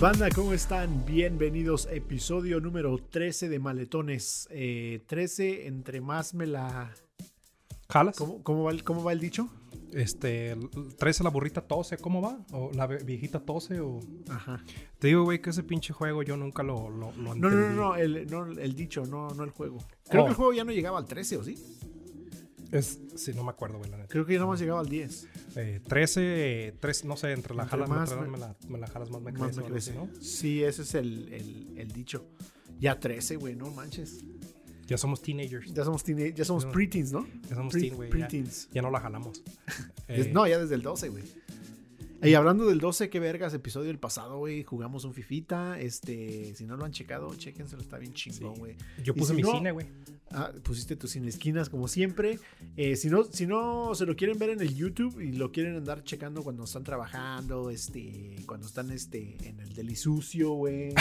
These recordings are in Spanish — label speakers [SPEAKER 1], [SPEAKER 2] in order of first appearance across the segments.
[SPEAKER 1] Banda, ¿cómo están? Bienvenidos a episodio número 13 de Maletones. Eh, 13, entre más me la...
[SPEAKER 2] ¿Jalas?
[SPEAKER 1] ¿Cómo, cómo va, el, ¿Cómo va el dicho?
[SPEAKER 2] Este, traes a la burrita tose, ¿cómo va? ¿O la ve- viejita tose? O...
[SPEAKER 1] Ajá.
[SPEAKER 2] Te digo, güey, que ese pinche juego yo nunca lo, lo,
[SPEAKER 1] No,
[SPEAKER 2] lo
[SPEAKER 1] no, no,
[SPEAKER 2] entendí.
[SPEAKER 1] no, el, no, el dicho, no, no el juego. Creo
[SPEAKER 2] Oh.
[SPEAKER 1] que el juego ya no llegaba al 13, ¿o sí?
[SPEAKER 2] Es, sí, no me acuerdo, güey, la neta.
[SPEAKER 1] Creo que ya no más llegaba al 10.
[SPEAKER 2] Eh, 13, 13, no sé, entre la
[SPEAKER 1] Entre
[SPEAKER 2] jalas,
[SPEAKER 1] más
[SPEAKER 2] más,
[SPEAKER 1] me-
[SPEAKER 2] me, la, me la jalas más me
[SPEAKER 1] Más
[SPEAKER 2] crece,
[SPEAKER 1] me
[SPEAKER 2] o algo así,
[SPEAKER 1] crece. Sí, ese es el, el- el dicho. Ya 13, güey, no manches.
[SPEAKER 2] ¿no? Ya somos teenagers.
[SPEAKER 1] Ya somos, teen- ya somos
[SPEAKER 2] No.
[SPEAKER 1] preteens, ¿no?
[SPEAKER 2] Ya somos
[SPEAKER 1] Pre-
[SPEAKER 2] teen, güey, ya.
[SPEAKER 1] Preteens.
[SPEAKER 2] Ya no la jalamos.
[SPEAKER 1] Des-
[SPEAKER 2] Eh,
[SPEAKER 1] no, ya desde el 12, güey. Y hablando del 12, qué vergas, episodio del pasado, güey. Jugamos un Fifita. Este, si no lo han checado, chéquenselo, está bien chingón,
[SPEAKER 2] Sí.
[SPEAKER 1] güey.
[SPEAKER 2] Yo
[SPEAKER 1] y
[SPEAKER 2] puse
[SPEAKER 1] si
[SPEAKER 2] mi
[SPEAKER 1] no-
[SPEAKER 2] cine, güey.
[SPEAKER 1] Ah, pusiste tus sin esquinas, como siempre. Eh, si, no, si no se lo quieren ver en el YouTube y lo quieren andar checando cuando están trabajando, este, cuando están este, en el delisucio, güey.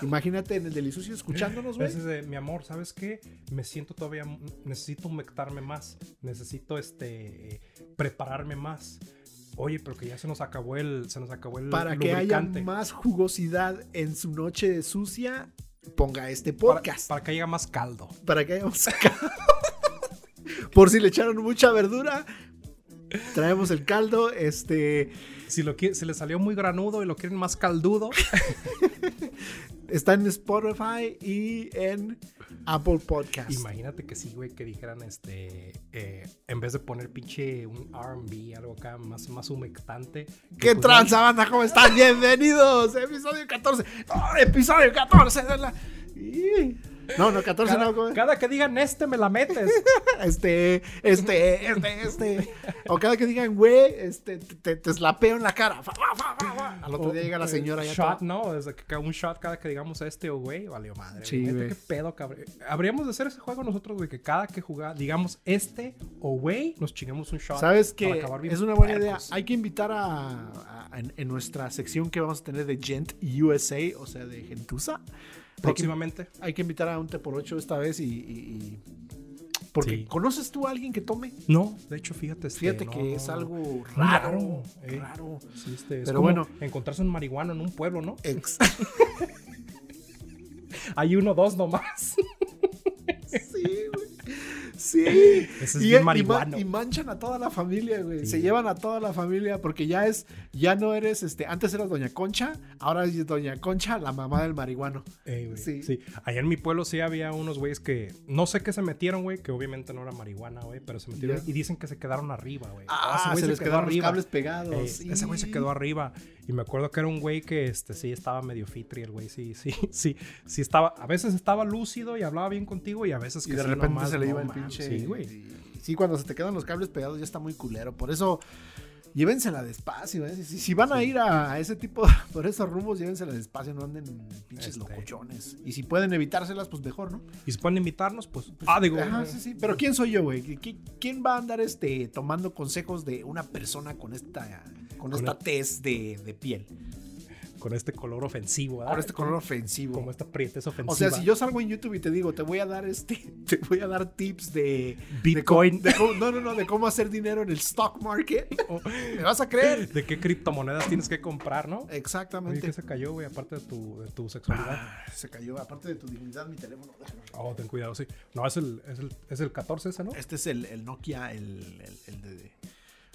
[SPEAKER 1] Imagínate en el delisucio escuchándonos, pues, güey.
[SPEAKER 2] Ese es de, eh, mi amor, ¿sabes qué? Me siento todavía, necesito humectarme más, necesito este, eh, prepararme más. Oye, pero que ya se nos acabó el, se nos acabó el
[SPEAKER 1] Para que haya
[SPEAKER 2] lubricante.
[SPEAKER 1] más jugosidad en su noche sucia, ponga este
[SPEAKER 2] Para-
[SPEAKER 1] podcast.
[SPEAKER 2] Para, que haya más caldo.
[SPEAKER 1] para que hayamos sacado. Por si le echaron mucha verdura, traemos el caldo. Este
[SPEAKER 2] Si lo qui- si le salió muy granudo y lo quieren más caldudo,
[SPEAKER 1] está en Spotify y en Apple Podcast.
[SPEAKER 2] imagínate que sí, güey, que dijeran este, eh, en vez de poner pinche un R&B, algo acá más, más humectante. que
[SPEAKER 1] ¿Qué
[SPEAKER 2] pusieran-
[SPEAKER 1] tranza, banda? ¿Cómo están? Bienvenidos. Episodio 14. ¡Oh, episodio 14 de la- Y- No, no, 14
[SPEAKER 2] Cada,
[SPEAKER 1] no. ¿cómo es?
[SPEAKER 2] cada que digan este me la metes.
[SPEAKER 1] Este, este, este, este. O cada que digan, güey, este, te, te, te slapeo en la cara. Fa, fa, fa, fa, fa. Al otro
[SPEAKER 2] O-
[SPEAKER 1] día llega la
[SPEAKER 2] eh,
[SPEAKER 1] señora. ya
[SPEAKER 2] Shot,
[SPEAKER 1] toda-
[SPEAKER 2] ¿no? Desde que ca- un shot cada que digamos este o güey, valió madre.
[SPEAKER 1] Sí,
[SPEAKER 2] güey. Neta,
[SPEAKER 1] güey.
[SPEAKER 2] qué pedo, cabrón. Habríamos de hacer ese juego nosotros, güey, que cada que jugá digamos este o güey, nos chingamos un shot.
[SPEAKER 1] ¿Sabes
[SPEAKER 2] para
[SPEAKER 1] que
[SPEAKER 2] acabar bien
[SPEAKER 1] Es una buena idea.
[SPEAKER 2] puercos.
[SPEAKER 1] Hay que invitar a, a- en, en nuestra sección que vamos a tener de Gent USA, o sea, de Gentusa. Hay que,
[SPEAKER 2] Próximamente.
[SPEAKER 1] hay que invitar a un T por 8 esta vez y... y- y- porque
[SPEAKER 2] Sí.
[SPEAKER 1] ¿conoces tú a alguien que tome?
[SPEAKER 2] No, de hecho, fíjate. este,
[SPEAKER 1] Fíjate
[SPEAKER 2] no,
[SPEAKER 1] que
[SPEAKER 2] no,
[SPEAKER 1] es
[SPEAKER 2] no.
[SPEAKER 1] algo
[SPEAKER 2] Muy
[SPEAKER 1] raro.
[SPEAKER 2] raro, eh.
[SPEAKER 1] Raro.
[SPEAKER 2] Sí, este, es
[SPEAKER 1] Pero
[SPEAKER 2] como
[SPEAKER 1] bueno.
[SPEAKER 2] Encontrarse un marihuano en un pueblo, ¿no?
[SPEAKER 1] Ex-
[SPEAKER 2] Hay uno, dos nomás.
[SPEAKER 1] sí, güey. Sí.
[SPEAKER 2] Ese Pues es
[SPEAKER 1] y,
[SPEAKER 2] bien
[SPEAKER 1] y ma-
[SPEAKER 2] marihuano.
[SPEAKER 1] y manchan a toda la familia, güey.
[SPEAKER 2] Sí.
[SPEAKER 1] Se llevan a toda la familia porque ya es, ya no eres, este, antes eras Doña Concha, ahora es Doña Concha, la mamá del marihuano.
[SPEAKER 2] Eh, güey,
[SPEAKER 1] Sí.
[SPEAKER 2] sí. Allá en mi pueblo sí había unos güeyes que no sé qué se metieron, güey, que obviamente no era marihuana, güey, pero se metieron
[SPEAKER 1] Ya.
[SPEAKER 2] y dicen que se quedaron arriba, güey.
[SPEAKER 1] Ah,
[SPEAKER 2] ese güey
[SPEAKER 1] se, les
[SPEAKER 2] quedó
[SPEAKER 1] quedaron los cables pegados.
[SPEAKER 2] Eh, Ese güey se
[SPEAKER 1] sí.
[SPEAKER 2] quedó arriba. Y me acuerdo que era un güey que este, sí estaba medio fitri, el güey. Sí, sí, sí. Sí estaba. A veces estaba lúcido y hablaba bien contigo y a veces
[SPEAKER 1] Y
[SPEAKER 2] que
[SPEAKER 1] de
[SPEAKER 2] sí,
[SPEAKER 1] repente
[SPEAKER 2] nomás,
[SPEAKER 1] se le
[SPEAKER 2] no
[SPEAKER 1] iba el
[SPEAKER 2] mames,
[SPEAKER 1] pinche.
[SPEAKER 2] Sí, güey.
[SPEAKER 1] Sí, sí, cuando se te quedan los cables pegados ya está muy culero. Por eso, llévensela despacio. ¿eh? Si, si- si van a ir a ese tipo, por esos rumbos, llévensela despacio. No anden en pinches
[SPEAKER 2] Este.
[SPEAKER 1] locochones. Y si pueden evitárselas, pues mejor, ¿no?
[SPEAKER 2] Y si pueden invitarnos, pues. ah, digo.
[SPEAKER 1] Ajá,
[SPEAKER 2] eh,
[SPEAKER 1] sí, sí. Pero ¿quién soy yo, güey? ¿Qui- qui- ¿Quién va a andar este, tomando consejos de una persona con esta, con
[SPEAKER 2] Con
[SPEAKER 1] esta
[SPEAKER 2] el-
[SPEAKER 1] tez de, de piel?
[SPEAKER 2] Con este color ofensivo, ¿verdad?
[SPEAKER 1] Con este color ofensivo.
[SPEAKER 2] Como esta prietez ofensiva.
[SPEAKER 1] O sea, si yo salgo en YouTube y te digo, te voy a dar este, te voy a dar tips de
[SPEAKER 2] Bitcoin.
[SPEAKER 1] de cómo- de cómo- no, no, no, de cómo hacer dinero en el stock market,
[SPEAKER 2] o-
[SPEAKER 1] me vas a creer.
[SPEAKER 2] ¿De qué criptomonedas tienes que comprar, no? Oye,
[SPEAKER 1] Exactamente. Ah.
[SPEAKER 2] ¿qué se cayó, güey? Aparte de tu, de tu sexualidad.
[SPEAKER 1] Se cayó, aparte de tu dignidad, mi teléfono.
[SPEAKER 2] Oh, ten cuidado, sí. No, es el, es el, es el 14 ese, ¿no?
[SPEAKER 1] Este es el, el Nokia, el, el- el de.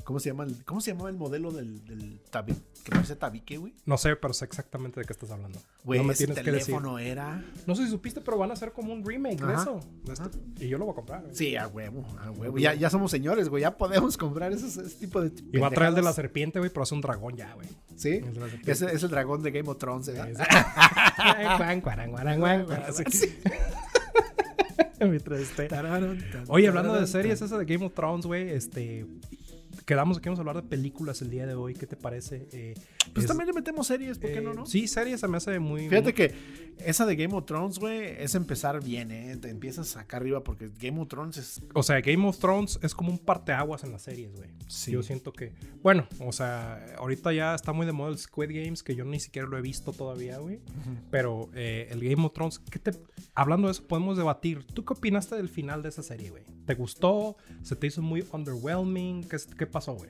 [SPEAKER 1] ¿Cómo se llama? El, ¿Cómo se llamaba el modelo del, del tabi- que parece tabique, güey?
[SPEAKER 2] No sé, pero sé exactamente de qué estás hablando.
[SPEAKER 1] Güey,
[SPEAKER 2] no me
[SPEAKER 1] ese
[SPEAKER 2] tienes que decir.
[SPEAKER 1] teléfono era.
[SPEAKER 2] No sé si supiste, pero van a hacer como un remake de
[SPEAKER 1] Ajá,
[SPEAKER 2] eso. de esto. Y yo lo voy a comprar. güey.
[SPEAKER 1] Sí, a huevo, a huevo. Ya, ya somos señores, güey. Ya podemos comprar esos, ese tipo de.
[SPEAKER 2] Y va a traer el de la
[SPEAKER 1] pendejadas.
[SPEAKER 2] serpiente, güey, pero hace un dragón ya, güey.
[SPEAKER 1] Sí.
[SPEAKER 2] el de la serpiente.
[SPEAKER 1] Es, es el dragón de Game of Thrones, ¿verdad?
[SPEAKER 2] Es- Guan, guaran, guaran, guan, guaran, sí. Mientras esté. Oye, hablando de series, esa de Game of Thrones, güey, este. Quedamos que vamos a hablar de películas el día de hoy. ¿Qué te parece? Eh,
[SPEAKER 1] Pues
[SPEAKER 2] es-
[SPEAKER 1] también le metemos series, ¿por qué
[SPEAKER 2] eh,
[SPEAKER 1] no, no?
[SPEAKER 2] Sí, series se me hace muy.
[SPEAKER 1] Fíjate que esa de Game of Thrones, güey, es empezar bien, ¿eh? Te empiezas acá arriba porque Game of Thrones es.
[SPEAKER 2] O sea, Game of Thrones es como un parteaguas en las series, güey.
[SPEAKER 1] Sí.
[SPEAKER 2] Yo siento que. Bueno, o sea, ahorita ya está muy de moda el Squid Games, que yo ni siquiera lo he visto todavía, güey. Pero eh, el Game of Thrones, ¿qué te... hablando de eso, podemos debatir. ¿Tú qué opinaste del final de esa serie, güey? ¿Te gustó? ¿Se te hizo muy underwhelming? ¿Qué, qué pasó, güey?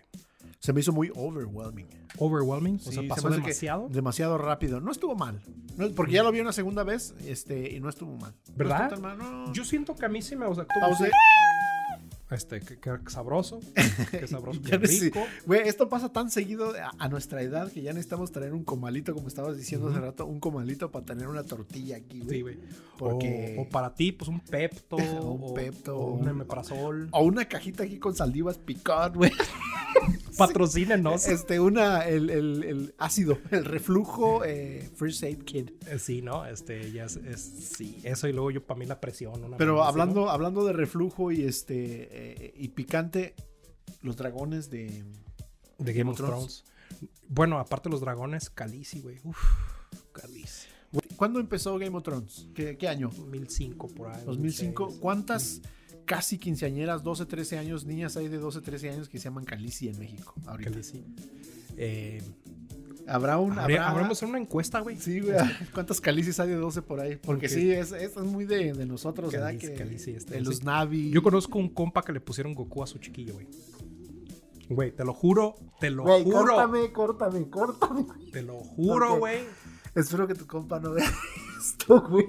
[SPEAKER 1] se me hizo muy overwhelming. ¿eh?
[SPEAKER 2] Overwhelming,
[SPEAKER 1] Sí,
[SPEAKER 2] o sea,
[SPEAKER 1] se
[SPEAKER 2] pasó
[SPEAKER 1] me hace que
[SPEAKER 2] demasiado.
[SPEAKER 1] Demasiado rápido. No estuvo mal. No, porque ya lo vi una segunda vez este, y no estuvo mal. No
[SPEAKER 2] ¿Verdad?
[SPEAKER 1] estuvo tan mal, no.
[SPEAKER 2] Yo siento que a mí sí me, o sea, como
[SPEAKER 1] Pausé.
[SPEAKER 2] si- este, que, que sabroso, que sabroso,
[SPEAKER 1] Ya
[SPEAKER 2] que
[SPEAKER 1] no sé.
[SPEAKER 2] rico.
[SPEAKER 1] Güey, esto pasa tan seguido a, a nuestra edad que ya necesitamos traer un comalito, como estabas diciendo hace
[SPEAKER 2] Ujú.
[SPEAKER 1] rato, un comalito para tener una tortilla aquí, güey.
[SPEAKER 2] Sí, güey.
[SPEAKER 1] Porque-
[SPEAKER 2] O, o para ti, pues un Pepto,
[SPEAKER 1] O un
[SPEAKER 2] o,
[SPEAKER 1] Pepto, Oh,
[SPEAKER 2] o
[SPEAKER 1] un-
[SPEAKER 2] un Omeprazol.
[SPEAKER 1] O una cajita aquí con saldivas picot, güey.
[SPEAKER 2] Patrocínenos.
[SPEAKER 1] Este, una, el, el- el ácido, el reflujo, eh, First Aid Kit.
[SPEAKER 2] Eh, Sí, ¿no? Este, ya es, es- sí, eso y luego yo para mí la presión. una
[SPEAKER 1] Pero
[SPEAKER 2] mamá así,
[SPEAKER 1] hablando,
[SPEAKER 2] ¿no?
[SPEAKER 1] hablando de reflujo y este eh, y picante, los dragones de.
[SPEAKER 2] de Game of
[SPEAKER 1] Thrones.
[SPEAKER 2] Thrones. Bueno, aparte los dragones, Calici, güey. Uf, Calici.
[SPEAKER 1] ¿Cuándo empezó Game of Thrones? ¿Qué, qué año?
[SPEAKER 2] 2005 por ahí.
[SPEAKER 1] 2005.
[SPEAKER 2] 2006.
[SPEAKER 1] ¿Cuántas casi quinceañeras, 12, 13 años, niñas hay de 12, 13 años que se llaman Calici en México? Ahorita.
[SPEAKER 2] Khaleesi. Eh,
[SPEAKER 1] Habrá una.
[SPEAKER 2] habría-
[SPEAKER 1] habrá-
[SPEAKER 2] habremos hacer una encuesta, güey.
[SPEAKER 1] Sí, güey. ¿Cuántas calicis hay de 12 por ahí? Porque
[SPEAKER 2] Ok.
[SPEAKER 1] sí, es, es es muy de, de nosotros,
[SPEAKER 2] Calici,
[SPEAKER 1] ¿verdad? Que,
[SPEAKER 2] calici, este,
[SPEAKER 1] de los
[SPEAKER 2] sí.
[SPEAKER 1] Navi.
[SPEAKER 2] Yo conozco un compa que le pusieron Goku a su chiquillo, güey. Güey, te lo juro, te lo
[SPEAKER 1] Güey,
[SPEAKER 2] juro,
[SPEAKER 1] córtame, córtame, córtame.
[SPEAKER 2] te lo juro,
[SPEAKER 1] Ok.
[SPEAKER 2] güey.
[SPEAKER 1] Espero que tu compa no vea esto, güey.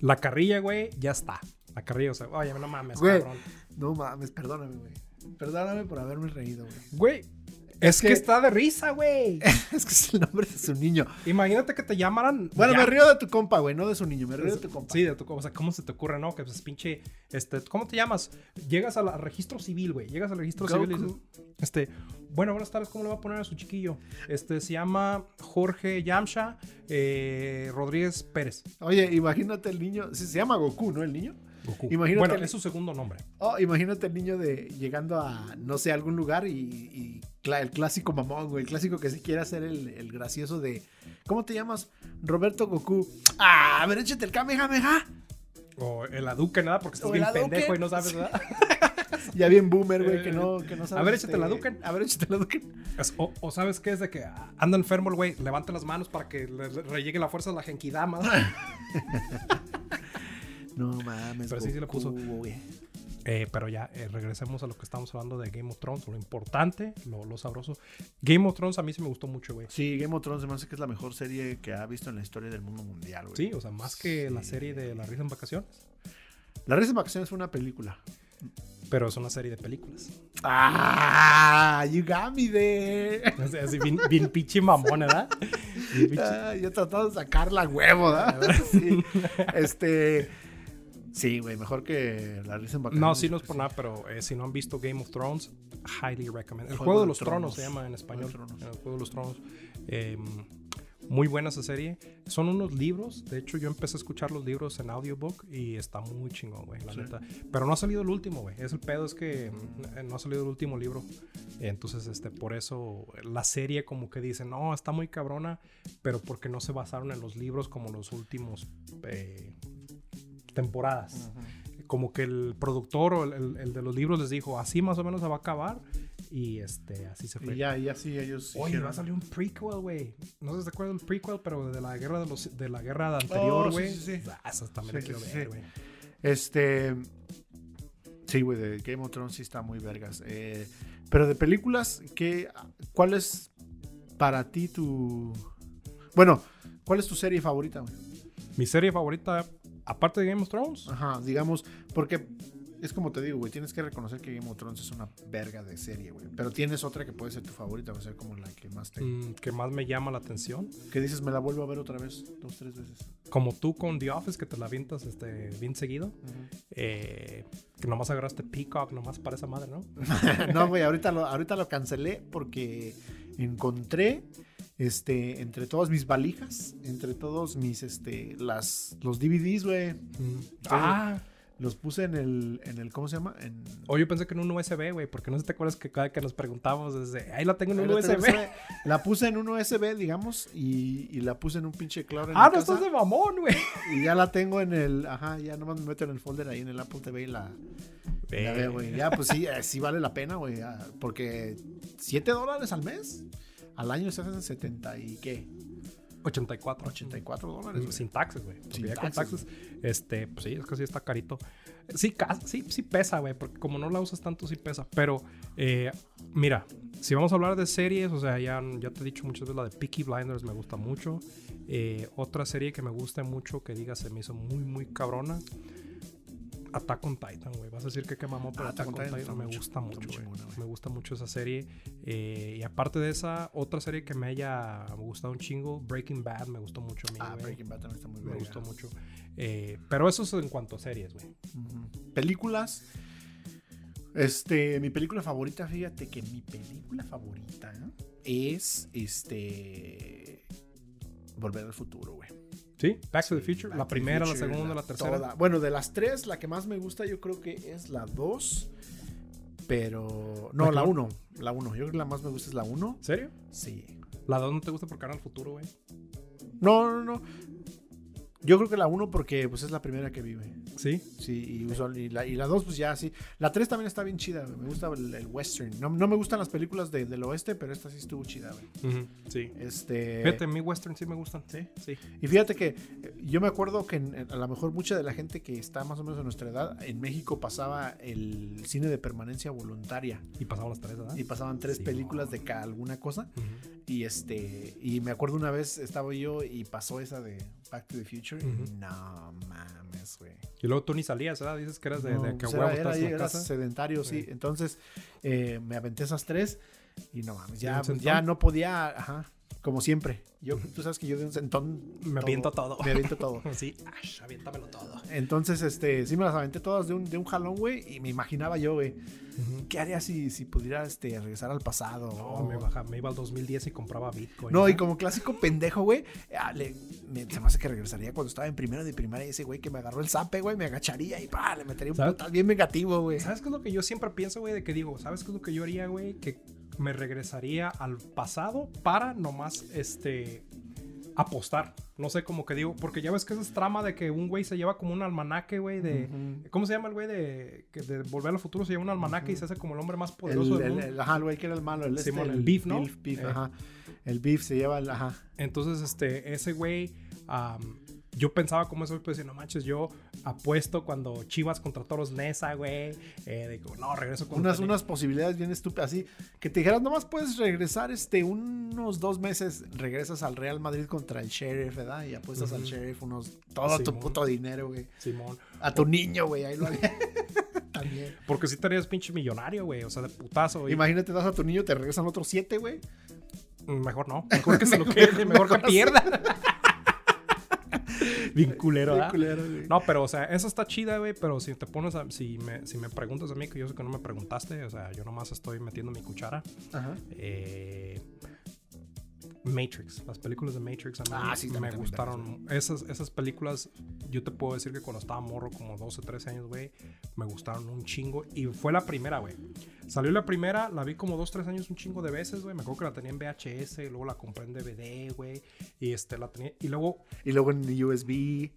[SPEAKER 2] La carrilla, güey, ya está. La carrilla, o sea, oye, no mames,
[SPEAKER 1] Güey.
[SPEAKER 2] cabrón.
[SPEAKER 1] No mames, perdóname, güey. Perdóname por haberme reído, güey.
[SPEAKER 2] Güey, es, que...
[SPEAKER 1] que-
[SPEAKER 2] está de risa, güey.
[SPEAKER 1] Es que es el nombre de su niño.
[SPEAKER 2] Imagínate que te llamaran.
[SPEAKER 1] Bueno,
[SPEAKER 2] ya.
[SPEAKER 1] me río de tu compa, güey, no de su niño, me río de tu compa.
[SPEAKER 2] Sí, de tu compa. O sea, ¿cómo se te ocurre, no? Que pues pinche. Este, ¿Cómo te llamas? Llegas al al registro civil, güey. Llegas al registro civil y dices.
[SPEAKER 1] Goku.
[SPEAKER 2] Este, bueno, buenas tardes, ¿cómo le va a poner a su chiquillo? Este, se llama Jorge Yamcha eh, Rodríguez Pérez.
[SPEAKER 1] Oye, imagínate el niño. sí, se llama Goku, ¿no? El niño.
[SPEAKER 2] Goku.
[SPEAKER 1] Imagínate
[SPEAKER 2] bueno,
[SPEAKER 1] el-
[SPEAKER 2] es su segundo nombre.
[SPEAKER 1] Oh, imagínate el niño de llegando a, no sé, a algún lugar y, y cla- el clásico mamón, güey, el clásico que se quiere hacer el, el gracioso de, ¿cómo te llamas? Roberto Goku. Ah, a ver, échate el Kamehameha.
[SPEAKER 2] O el Aduque, nada, porque estás
[SPEAKER 1] O
[SPEAKER 2] bien
[SPEAKER 1] el Hadouken.
[SPEAKER 2] pendejo y no sabes, ¿verdad?
[SPEAKER 1] Ya bien boomer, güey, que no, que no este, sabe.
[SPEAKER 2] Eh, ver, échate la Duken.
[SPEAKER 1] A ver, échate la Duken.
[SPEAKER 2] Es- o, o sabes qué es de que ah, anda enfermo el güey, levanta las manos para que le, le rellegue la fuerza de la Genkidama.
[SPEAKER 1] No mames,
[SPEAKER 2] Pero sí se la
[SPEAKER 1] Goku,
[SPEAKER 2] puso.
[SPEAKER 1] güey.
[SPEAKER 2] Eh, pero ya, eh, regresemos a lo que estamos hablando de Game of Thrones, lo importante, lo, lo sabroso. Game of Thrones a mí sí me gustó mucho, güey.
[SPEAKER 1] Sí, Game of Thrones se me hace que es la mejor serie que ha visto en la historia del mundo mundial, güey.
[SPEAKER 2] Sí, o sea, más que la
[SPEAKER 1] Sí.
[SPEAKER 2] serie de La Risa en Vacaciones,
[SPEAKER 1] La Risa en Vacaciones fue una película.
[SPEAKER 2] pero es una serie de películas.
[SPEAKER 1] ¡Ah! ¡You got me there!
[SPEAKER 2] Es así, bien, bien pinche mamona, ¿verdad? Bien pinche-
[SPEAKER 1] Ah, yo he tratado de sacar la huevo, ¿verdad? Sí. Este. Sí, güey, mejor que la risa en vacaciones.
[SPEAKER 2] No, sí, no es por nada, pero eh, si no han visto Game of Thrones, highly recommend. El Juego, de los Tronos, se llama en español.
[SPEAKER 1] Juego de Tronos.
[SPEAKER 2] El Juego de los Tronos. Eh, muy buena esa serie. Son unos libros. De hecho, yo empecé a escuchar los libros en audiobook y está muy chingón, güey, la
[SPEAKER 1] Sí.
[SPEAKER 2] neta. Pero no ha salido el último, güey. Es el pedo, es que mm, eh, no ha salido el último libro. Entonces, este, por eso eh, la serie como que dice, no, está muy cabrona, pero porque no se basaron en los libros como los últimos eh, temporadas como que el productor o el, el- el de los libros les dijo, así más o menos se va a acabar. Y este, así se fue.
[SPEAKER 1] Y ya, ya sí, ellos.
[SPEAKER 2] Oye,
[SPEAKER 1] hicieron-
[SPEAKER 2] va a salir un prequel, güey. No sé si te acuerdas del prequel, pero de la guerra de, los, de la guerra
[SPEAKER 1] Oh,
[SPEAKER 2] anterior,
[SPEAKER 1] sí,
[SPEAKER 2] güey.
[SPEAKER 1] sí, sí.
[SPEAKER 2] Ah, esa también
[SPEAKER 1] Sí,
[SPEAKER 2] la quiero
[SPEAKER 1] sí,
[SPEAKER 2] ver,
[SPEAKER 1] sí.
[SPEAKER 2] güey.
[SPEAKER 1] Este. Sí, güey, de Game of Thrones sí está muy vergas. Eh, pero de películas, ¿qué, ¿cuál es para ti tu. Bueno, ¿cuál es tu serie favorita, güey?
[SPEAKER 2] Mi serie favorita, aparte de Game of Thrones,
[SPEAKER 1] Ajá, digamos, porque es como te digo, güey, tienes que reconocer que Game of Thrones es una verga de serie, güey. Pero tienes otra que puede ser tu favorita, va a ser como la que más te...
[SPEAKER 2] mm, que más me llama la atención.
[SPEAKER 1] Que dices, me la vuelvo a ver otra vez, dos, tres veces.
[SPEAKER 2] Como tú con The Office, que te la avientas este, bien seguido. Eh, que nomás agarraste Peacock, nomás para esa madre, ¿no?
[SPEAKER 1] no, güey, ahorita lo, ahorita lo cancelé porque encontré, este, entre todas mis valijas, entre todos mis, este, las, los DVDs, güey.
[SPEAKER 2] Mm. Ah,
[SPEAKER 1] Los puse en el, en el, ¿cómo se llama? En...
[SPEAKER 2] o yo pensé que en un USB, güey, porque no sé si te acuerdas que cada que nos preguntábamos, desde ahí la tengo en un
[SPEAKER 1] Ahí la tengo,
[SPEAKER 2] USB.
[SPEAKER 1] USB. La puse en un USB, digamos, y, y la puse en un pinche claro. en
[SPEAKER 2] Ah,
[SPEAKER 1] mi
[SPEAKER 2] no
[SPEAKER 1] casa.
[SPEAKER 2] estás de mamón, güey.
[SPEAKER 1] Y ya la tengo en el. Ajá, ya nomás me meto en el folder ahí en el Apple TV y la, la
[SPEAKER 2] Eh.
[SPEAKER 1] veo, güey. Ya, pues sí, eh, sí vale la pena, güey. ah, Porque 7 dólares al mes, al año se hacen 70 y qué.
[SPEAKER 2] 84.
[SPEAKER 1] 84 dólares. güey.
[SPEAKER 2] Sin taxes, güey. Porque
[SPEAKER 1] Sin
[SPEAKER 2] ya con
[SPEAKER 1] taxes,
[SPEAKER 2] taxes, este, pues sí, es que sí está carito. Sí, ca- sí, sí pesa, güey, porque como no la usas tanto, sí pesa. Pero, eh, mira, si vamos a hablar de series, o sea, ya, ya te he dicho muchas veces la de Peaky Blinders me gusta mucho. Eh, otra serie que me gusta mucho, que diga, se me hizo muy, muy cabrona. Attack on Titan, güey. Vas a decir que qué mamó, pero
[SPEAKER 1] Ah,
[SPEAKER 2] Attack on Titan,
[SPEAKER 1] está
[SPEAKER 2] me
[SPEAKER 1] mucho-
[SPEAKER 2] gusta
[SPEAKER 1] está
[SPEAKER 2] mucho,
[SPEAKER 1] muy
[SPEAKER 2] güey.
[SPEAKER 1] chingona, güey.
[SPEAKER 2] Me gusta mucho esa serie. Eh, y aparte de esa, otra serie que me haya gustado un chingo, Breaking Bad, me gustó mucho a mí,
[SPEAKER 1] Ah,
[SPEAKER 2] güey.
[SPEAKER 1] Breaking Bad también está muy
[SPEAKER 2] Me
[SPEAKER 1] verga.
[SPEAKER 2] gustó mucho. Eh, pero eso es en cuanto a series, güey.
[SPEAKER 1] Ujú. Películas. Este, mi película favorita, fíjate que mi película favorita es este Volver al futuro, güey.
[SPEAKER 2] ¿Sí? Back to the
[SPEAKER 1] Sí,
[SPEAKER 2] Future.
[SPEAKER 1] Back
[SPEAKER 2] la
[SPEAKER 1] to the
[SPEAKER 2] primera,
[SPEAKER 1] Future,
[SPEAKER 2] la segunda, la, tercera.
[SPEAKER 1] toda. Bueno, de las tres, la que más me gusta yo creo que es la dos. Pero. No,
[SPEAKER 2] La que
[SPEAKER 1] la
[SPEAKER 2] no-
[SPEAKER 1] uno. La uno. Yo creo que la más me gusta es la uno.
[SPEAKER 2] ¿En serio?
[SPEAKER 1] Sí.
[SPEAKER 2] La dos no te gusta porque era el futuro, güey.
[SPEAKER 1] No, no, no. Yo creo que la uno porque pues, es la primera que vive.
[SPEAKER 2] Sí.
[SPEAKER 1] Sí, y, usual- y la, y la 2, pues ya, sí. La 3 también está bien chida, güey. Me gusta el, el western. No, no me gustan las películas de- del oeste, pero esta sí estuvo chida, güey.
[SPEAKER 2] Sí.
[SPEAKER 1] Este,
[SPEAKER 2] Fíjate, a mí western sí me gustan.
[SPEAKER 1] ¿Sí?
[SPEAKER 2] Eh, Sí.
[SPEAKER 1] Y fíjate que eh, yo me acuerdo que en- en- a lo mejor mucha de la gente que está más o menos de nuestra edad, en México pasaba el cine de permanencia voluntaria.
[SPEAKER 2] Y pasaban las tres, ¿verdad?
[SPEAKER 1] Y pasaban tres
[SPEAKER 2] Ah, Sí,
[SPEAKER 1] películas
[SPEAKER 2] mamá.
[SPEAKER 1] de cada alguna cosa.
[SPEAKER 2] Ujú.
[SPEAKER 1] Y este y me acuerdo una vez estaba yo y pasó esa de Back to the Future.
[SPEAKER 2] Ujú.
[SPEAKER 1] No mames, güey.
[SPEAKER 2] Y luego tú ni salías, ¿verdad? Dices que eras de,
[SPEAKER 1] No,
[SPEAKER 2] de que
[SPEAKER 1] pues
[SPEAKER 2] a
[SPEAKER 1] era,
[SPEAKER 2] huevo
[SPEAKER 1] era-
[SPEAKER 2] estás en la
[SPEAKER 1] era
[SPEAKER 2] casa.
[SPEAKER 1] sedentario, sí.
[SPEAKER 2] Sí.
[SPEAKER 1] Entonces eh, me aventé esas tres y no mames,
[SPEAKER 2] ¿De
[SPEAKER 1] ya,
[SPEAKER 2] un sentón?
[SPEAKER 1] ya no podía, ajá, como siempre. Yo, tú sabes que yo de un sentón
[SPEAKER 2] Me aviento todo.
[SPEAKER 1] Me aviento todo.
[SPEAKER 2] Sí. Ash, aviéntamelo todo.
[SPEAKER 1] Entonces, este, sí me las aventé todas de un, de un jalón, güey, y me imaginaba yo, güey, ¿qué haría si, si pudiera este, regresar al pasado?
[SPEAKER 2] No, me, baja, me iba al 2010 y compraba Bitcoin. ¿eh?
[SPEAKER 1] No, y
[SPEAKER 2] ¿verdad?
[SPEAKER 1] como clásico pendejo, güey, ah, le- me- se me hace que regresaría cuando estaba en primero de primaria ese güey que me agarró el zape, güey, me agacharía y pa, le metería un
[SPEAKER 2] ¿Sabes?
[SPEAKER 1] putal bien negativo, güey.
[SPEAKER 2] ¿Sabes qué es lo que yo siempre pienso, güey? De que digo, ¿sabes qué es lo que yo haría, güey? Que me regresaría al pasado para nomás, este, apostar. No sé, como que digo, porque ya ves que esa es trama de que un güey se lleva como un almanaque, güey, de...
[SPEAKER 1] Ujú.
[SPEAKER 2] ¿Cómo se llama el güey de, que de Volver al Futuro? Se lleva un almanaque y se hace como el hombre más
[SPEAKER 1] El,
[SPEAKER 2] poderoso del
[SPEAKER 1] el-
[SPEAKER 2] mundo.
[SPEAKER 1] el- ajá, el güey que era el malo. El,
[SPEAKER 2] Simón,
[SPEAKER 1] este,
[SPEAKER 2] el Beef, ¿no?
[SPEAKER 1] Beef, Beef,
[SPEAKER 2] Eh.
[SPEAKER 1] ajá. El beef se lleva el, ajá.
[SPEAKER 2] Entonces, este, ese güey, am, yo pensaba como eso, pues, no manches, yo apuesto cuando Chivas contra Toros Nesa, güey. Eh, digo, no, regreso con...
[SPEAKER 1] Unas, unas posibilidades bien estúpidas, así. Que te dijeras, nomás puedes regresar este, unos dos meses, regresas al Real Madrid contra el Sheriff, ¿verdad? Y apuestas al
[SPEAKER 2] Ujú.
[SPEAKER 1] Sheriff unos, todo tu
[SPEAKER 2] Simón.
[SPEAKER 1] puto dinero, güey.
[SPEAKER 2] Simón.
[SPEAKER 1] A tu niño, güey, ahí lo había. También.
[SPEAKER 2] Porque si te harías pinche millonario, güey. O sea, de putazo. Y
[SPEAKER 1] Imagínate, das a tu niño, te regresan otros siete, güey.
[SPEAKER 2] mejor no. Mejor que se lo quede. Mejor que pierda. Bien culero,
[SPEAKER 1] Qué
[SPEAKER 2] ¿verdad?
[SPEAKER 1] culero, güey.
[SPEAKER 2] ¿ah? No, pero, o sea, eso está chida, güey. Pero si te pones a. Si me, si me preguntas a mí, que yo sé que no me preguntaste. O sea, yo nomás estoy metiendo mi cuchara.
[SPEAKER 1] Ajá.
[SPEAKER 2] Eh, Matrix, las películas de Matrix a mí
[SPEAKER 1] Ah, sí,
[SPEAKER 2] me
[SPEAKER 1] también, también,
[SPEAKER 2] gustaron. Esas, esas películas, yo te puedo decir que cuando estaba morro, como 12, 13 años, güey, me gustaron un chingo. Y fue la primera, güey. Salió la primera, la vi como 2, 3 años un chingo de veces, güey. Me acuerdo que la tenía en VHS, y luego la compré en DVD, güey. Y, este, la tenía, y luego
[SPEAKER 1] Y luego en USB.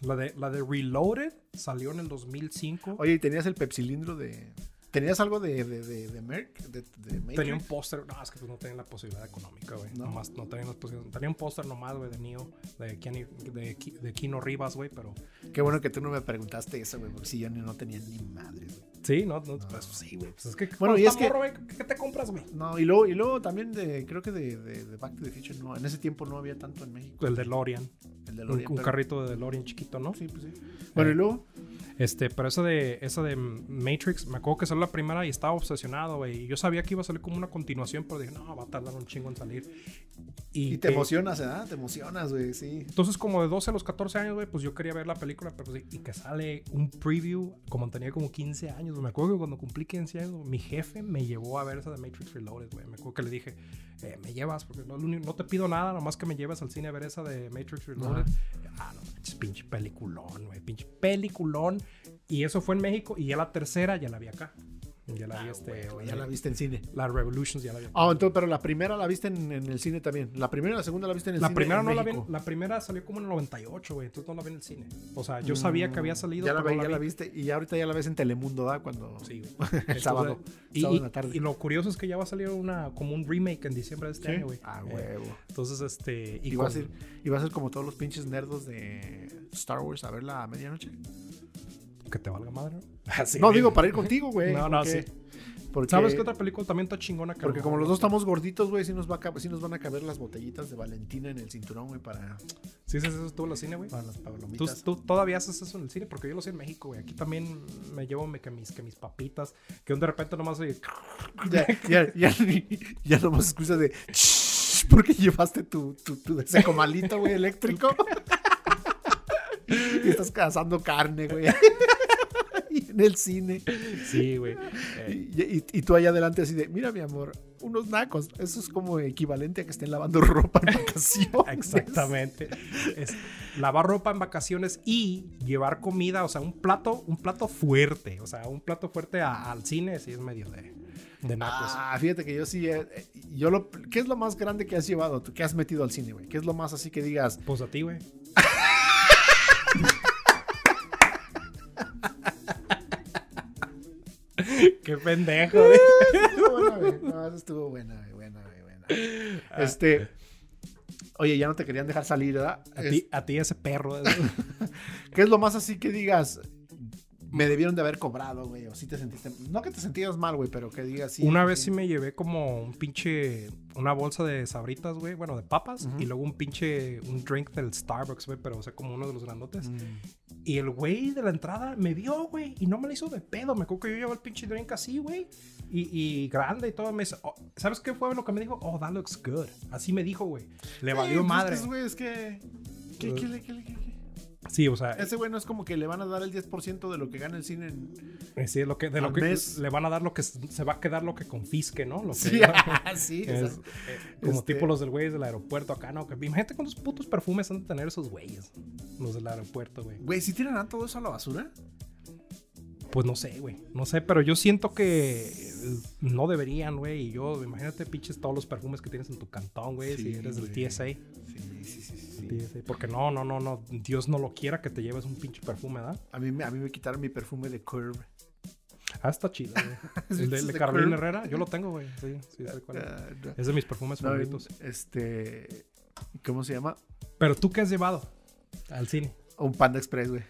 [SPEAKER 2] la de, la de Reloaded salió en el 2005.
[SPEAKER 1] Oye, ¿y tenías el pepsilindro de. ¿Tenías algo de, de, de, de Merck? De, de Matrix?
[SPEAKER 2] Tenía un póster, no, es que pues no tenían la posibilidad económica, güey.
[SPEAKER 1] No.
[SPEAKER 2] No. Nomás, no tenían las posibilidades. Tenía un póster nomás, güey, de Neo, de, Keanu- de, Ki- de Kino Rivas, güey, pero.
[SPEAKER 1] Qué bueno que tú no me preguntaste eso, güey, porque si yo ni- no tenía ni madre, güey.
[SPEAKER 2] Sí, no, no, pues sí, güey. Pues es que.
[SPEAKER 1] Ah, Bueno, y
[SPEAKER 2] cuando
[SPEAKER 1] es que-
[SPEAKER 2] morro, güey, ¿qué- ¿Qué te compras, güey?
[SPEAKER 1] No, y luego, y luego también de, creo que de, de- de Back to the Future, no, en ese tiempo no había tanto en México.
[SPEAKER 2] El DeLorean.
[SPEAKER 1] El de
[SPEAKER 2] Un,
[SPEAKER 1] Lorian.
[SPEAKER 2] un Eh, carrito de DeLorean chiquito, ¿no?
[SPEAKER 1] Sí, pues sí. Bueno, y luego,
[SPEAKER 2] Este, pero esa de, esa de Matrix, me acuerdo que salió la primera y estaba obsesionado, güey. Y yo sabía que iba a salir como una continuación, pero dije, no, va a tardar un chingo en salir.
[SPEAKER 1] y te
[SPEAKER 2] que-
[SPEAKER 1] emocionas, ¿verdad? Te emocionas, güey, sí.
[SPEAKER 2] Entonces, como de 12 a los 14 años, güey, pues yo quería ver la película, pero pues, y que sale un preview, como tenía como 15 años, güey. me acuerdo que cuando cumplí 15 años, güey, mi jefe me llevó a ver esa de Matrix Reloaded, güey. Me acuerdo que le dije, eh, me llevas, porque no, es lo único- no te pido nada, nomás que me llevas al cine a ver esa de Matrix Reloaded. Ah, no, manches, pinche peliculón, güey, pinche peliculón. Y eso fue en México, y ya la tercera ya la vi acá. Ya la vi este.
[SPEAKER 1] O Ah, ya la viste en cine.
[SPEAKER 2] La Revolutions ya la vi.
[SPEAKER 1] Ah, entonces, pero la primera la viste en, en el cine también. La primera y la segunda la viste en el
[SPEAKER 2] La
[SPEAKER 1] cine.
[SPEAKER 2] primera
[SPEAKER 1] en
[SPEAKER 2] no la vi,
[SPEAKER 1] México.
[SPEAKER 2] la primera salió como en el 98, güey, entonces no la vi en el cine. O sea, yo sabía que había
[SPEAKER 1] Mm,
[SPEAKER 2] salido,
[SPEAKER 1] Ya la,
[SPEAKER 2] pero
[SPEAKER 1] ve-
[SPEAKER 2] no
[SPEAKER 1] ya la
[SPEAKER 2] vi.
[SPEAKER 1] viste y ya ahorita ya la ves en Telemundo, ¿da? Cuando
[SPEAKER 2] Sí, güey.
[SPEAKER 1] el
[SPEAKER 2] Entonces,
[SPEAKER 1] sábado,
[SPEAKER 2] Y,
[SPEAKER 1] sábado
[SPEAKER 2] y-
[SPEAKER 1] en la tarde.
[SPEAKER 2] y lo curioso es que ya va a salir una, como un remake en diciembre de este
[SPEAKER 1] Sí.
[SPEAKER 2] año, güey.
[SPEAKER 1] Ah,
[SPEAKER 2] Eh,
[SPEAKER 1] huevo.
[SPEAKER 2] entonces, este.
[SPEAKER 1] Y, va a
[SPEAKER 2] con-
[SPEAKER 1] ser, y va a ser como todos los pinches nerdos de Star Wars a verla a medianoche.
[SPEAKER 2] Que te valga madre. Así,
[SPEAKER 1] no,
[SPEAKER 2] güey.
[SPEAKER 1] digo para ir contigo, güey.
[SPEAKER 2] No, no,
[SPEAKER 1] porque- Porque,
[SPEAKER 2] ¿Sabes qué otra película también está chingona? que a lo
[SPEAKER 1] Porque como los
[SPEAKER 2] mejor-
[SPEAKER 1] dos estamos gorditos, güey, sí, nos va a cab- sí nos van a caber las botellitas de Valentina en el cinturón, güey, para,
[SPEAKER 2] Sí, sí, sí, eso estuvo en la cine, güey.
[SPEAKER 1] para Ah, las
[SPEAKER 2] ¿Tú,
[SPEAKER 1] palomitas.
[SPEAKER 2] tú todavía haces eso en el cine porque yo lo hacía en México, güey. Aquí también me llevo me- que, mis, que mis papitas, que de repente nomás oye,
[SPEAKER 1] Ya, ya, ya, ya nomás escuchas de... Porque llevaste tu, tu, tu ese comalito, güey, eléctrico. y estás cazando carne, güey. Y en el cine.
[SPEAKER 2] Sí, güey.
[SPEAKER 1] Y,
[SPEAKER 2] Eh,
[SPEAKER 1] y- y tú allá adelante así de, mira, mi amor, unos nacos. Eso es como equivalente a que estén lavando ropa en vacaciones.
[SPEAKER 2] exactamente. Es lavar ropa en vacaciones y llevar comida, o sea, un plato, un plato fuerte. O sea, un plato fuerte a- al cine sí es medio de, de nacos.
[SPEAKER 1] Ah, fíjate que yo sí, eh, eh, yo lo, ¿qué es lo más grande que has llevado, tú, que has metido al cine, güey? ¿Qué es lo más así que digas?
[SPEAKER 2] Pues a ti, güey. Qué pendejo, güey.
[SPEAKER 1] Estuvo buena, güey. No, esa estuvo buena, güey, buena, güey, buena. Este, oye, ya no te querían dejar salir, ¿verdad?
[SPEAKER 2] A ti, a ti ese perro.
[SPEAKER 1] Es- ¿Qué es lo más así que digas? Me debieron de haber cobrado, güey, o si te sentiste, no que te sentías mal, güey, pero que digas sí.
[SPEAKER 2] Una vez sí me llevé como un pinche. Una bolsa de sabritas, güey. Bueno, de papas.
[SPEAKER 1] Ujú.
[SPEAKER 2] Y luego un pinche. Un drink del Starbucks, güey. Pero, o sea, como uno de los grandotes.
[SPEAKER 1] Mm.
[SPEAKER 2] Y el güey de la entrada me vio, güey. Y no me la hizo de pedo. Me acuerdo que yo llevaba el pinche drink así, güey. Y, y grande y todo. Me dice, "Oh, ¿sabes qué fue lo que me dijo? Oh, that looks good. Así me dijo, güey. Le
[SPEAKER 1] Sí,
[SPEAKER 2] valió
[SPEAKER 1] pues,
[SPEAKER 2] madre.
[SPEAKER 1] pues, güey, es que... ¿qué- qué le- qué le- qué- qué?
[SPEAKER 2] Sí, o sea,
[SPEAKER 1] Ese güey no es como que le van a dar el 10% de lo que gana el cine en,
[SPEAKER 2] eh, sí, lo que, de lo
[SPEAKER 1] al
[SPEAKER 2] que
[SPEAKER 1] mes.
[SPEAKER 2] le van a dar lo que s- se va a quedar lo que confisque, ¿no? Lo que,
[SPEAKER 1] Sí, sí,
[SPEAKER 2] Es,
[SPEAKER 1] exacto.
[SPEAKER 2] eh, como
[SPEAKER 1] Este-
[SPEAKER 2] tipo los del güey del aeropuerto acá, ¿no? Que, imagínate cuántos putos perfumes han de tener esos güeyes. Los del aeropuerto, güey.
[SPEAKER 1] Güey, ¿sí tirarán todo eso a la basura?
[SPEAKER 2] Pues no sé, güey. No sé, pero yo siento que eh, no deberían, güey. Y yo, imagínate, pinches todos los perfumes que tienes en tu cantón, güey.
[SPEAKER 1] Sí,
[SPEAKER 2] si eres del
[SPEAKER 1] güey.
[SPEAKER 2] TSA.
[SPEAKER 1] Sí, sí, sí,
[SPEAKER 2] TSA. Porque no, no, no, no. Dios no lo quiera que te lleves un pinche perfume, ¿verdad?
[SPEAKER 1] A mí, me- a mí me quitaron mi perfume de Curve.
[SPEAKER 2] Ah, está chido, güey. El de,
[SPEAKER 1] Es
[SPEAKER 2] el de
[SPEAKER 1] de
[SPEAKER 2] Carolina
[SPEAKER 1] Curb.
[SPEAKER 2] Herrera, yo lo tengo, güey. Sí, sí, sé cuál es.
[SPEAKER 1] Ah, no.
[SPEAKER 2] Es de mis perfumes
[SPEAKER 1] No,
[SPEAKER 2] favoritos.
[SPEAKER 1] este. ¿Cómo se llama?
[SPEAKER 2] Pero tú, ¿qué has llevado al cine?
[SPEAKER 1] Un Panda Express, güey.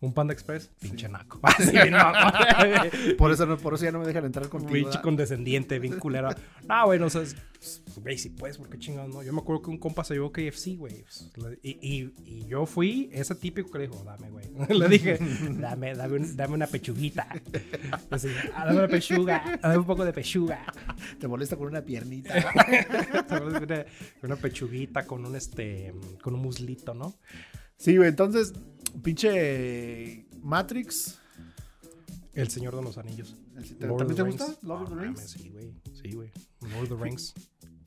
[SPEAKER 2] ¿Un Panda Express? Pinche naco. Así, no,
[SPEAKER 1] Por eso, no, por eso ya no me dejan entrar contigo.
[SPEAKER 2] Pinche
[SPEAKER 1] ¿verdad?
[SPEAKER 2] condescendiente, bien culera. No, güey, no sabes. pues, Güey, si puedes, porque chingados, no. Yo me acuerdo que un compa se llevó KFC, güey. pues, le- Y, y, y yo fui ese típico que le dijo, dame, güey. Le dije, dame, dame, un- dame una pechuguita. Así, "Ah, dame una pechuga, dame un poco de pechuga.
[SPEAKER 1] Te molesta con una piernita.
[SPEAKER 2] una, una pechuguita con un, este, con un muslito, ¿no?
[SPEAKER 1] sí, güey. Entonces, pinche. Matrix.
[SPEAKER 2] El Señor de los Anillos.
[SPEAKER 1] ¿Te-
[SPEAKER 2] Lord
[SPEAKER 1] ¿También
[SPEAKER 2] of the
[SPEAKER 1] te
[SPEAKER 2] Rings.
[SPEAKER 1] gusta? Love of
[SPEAKER 2] No,
[SPEAKER 1] the
[SPEAKER 2] mames,
[SPEAKER 1] Rings.
[SPEAKER 2] Sí, güey. Sí, güey. Lord of the Rings.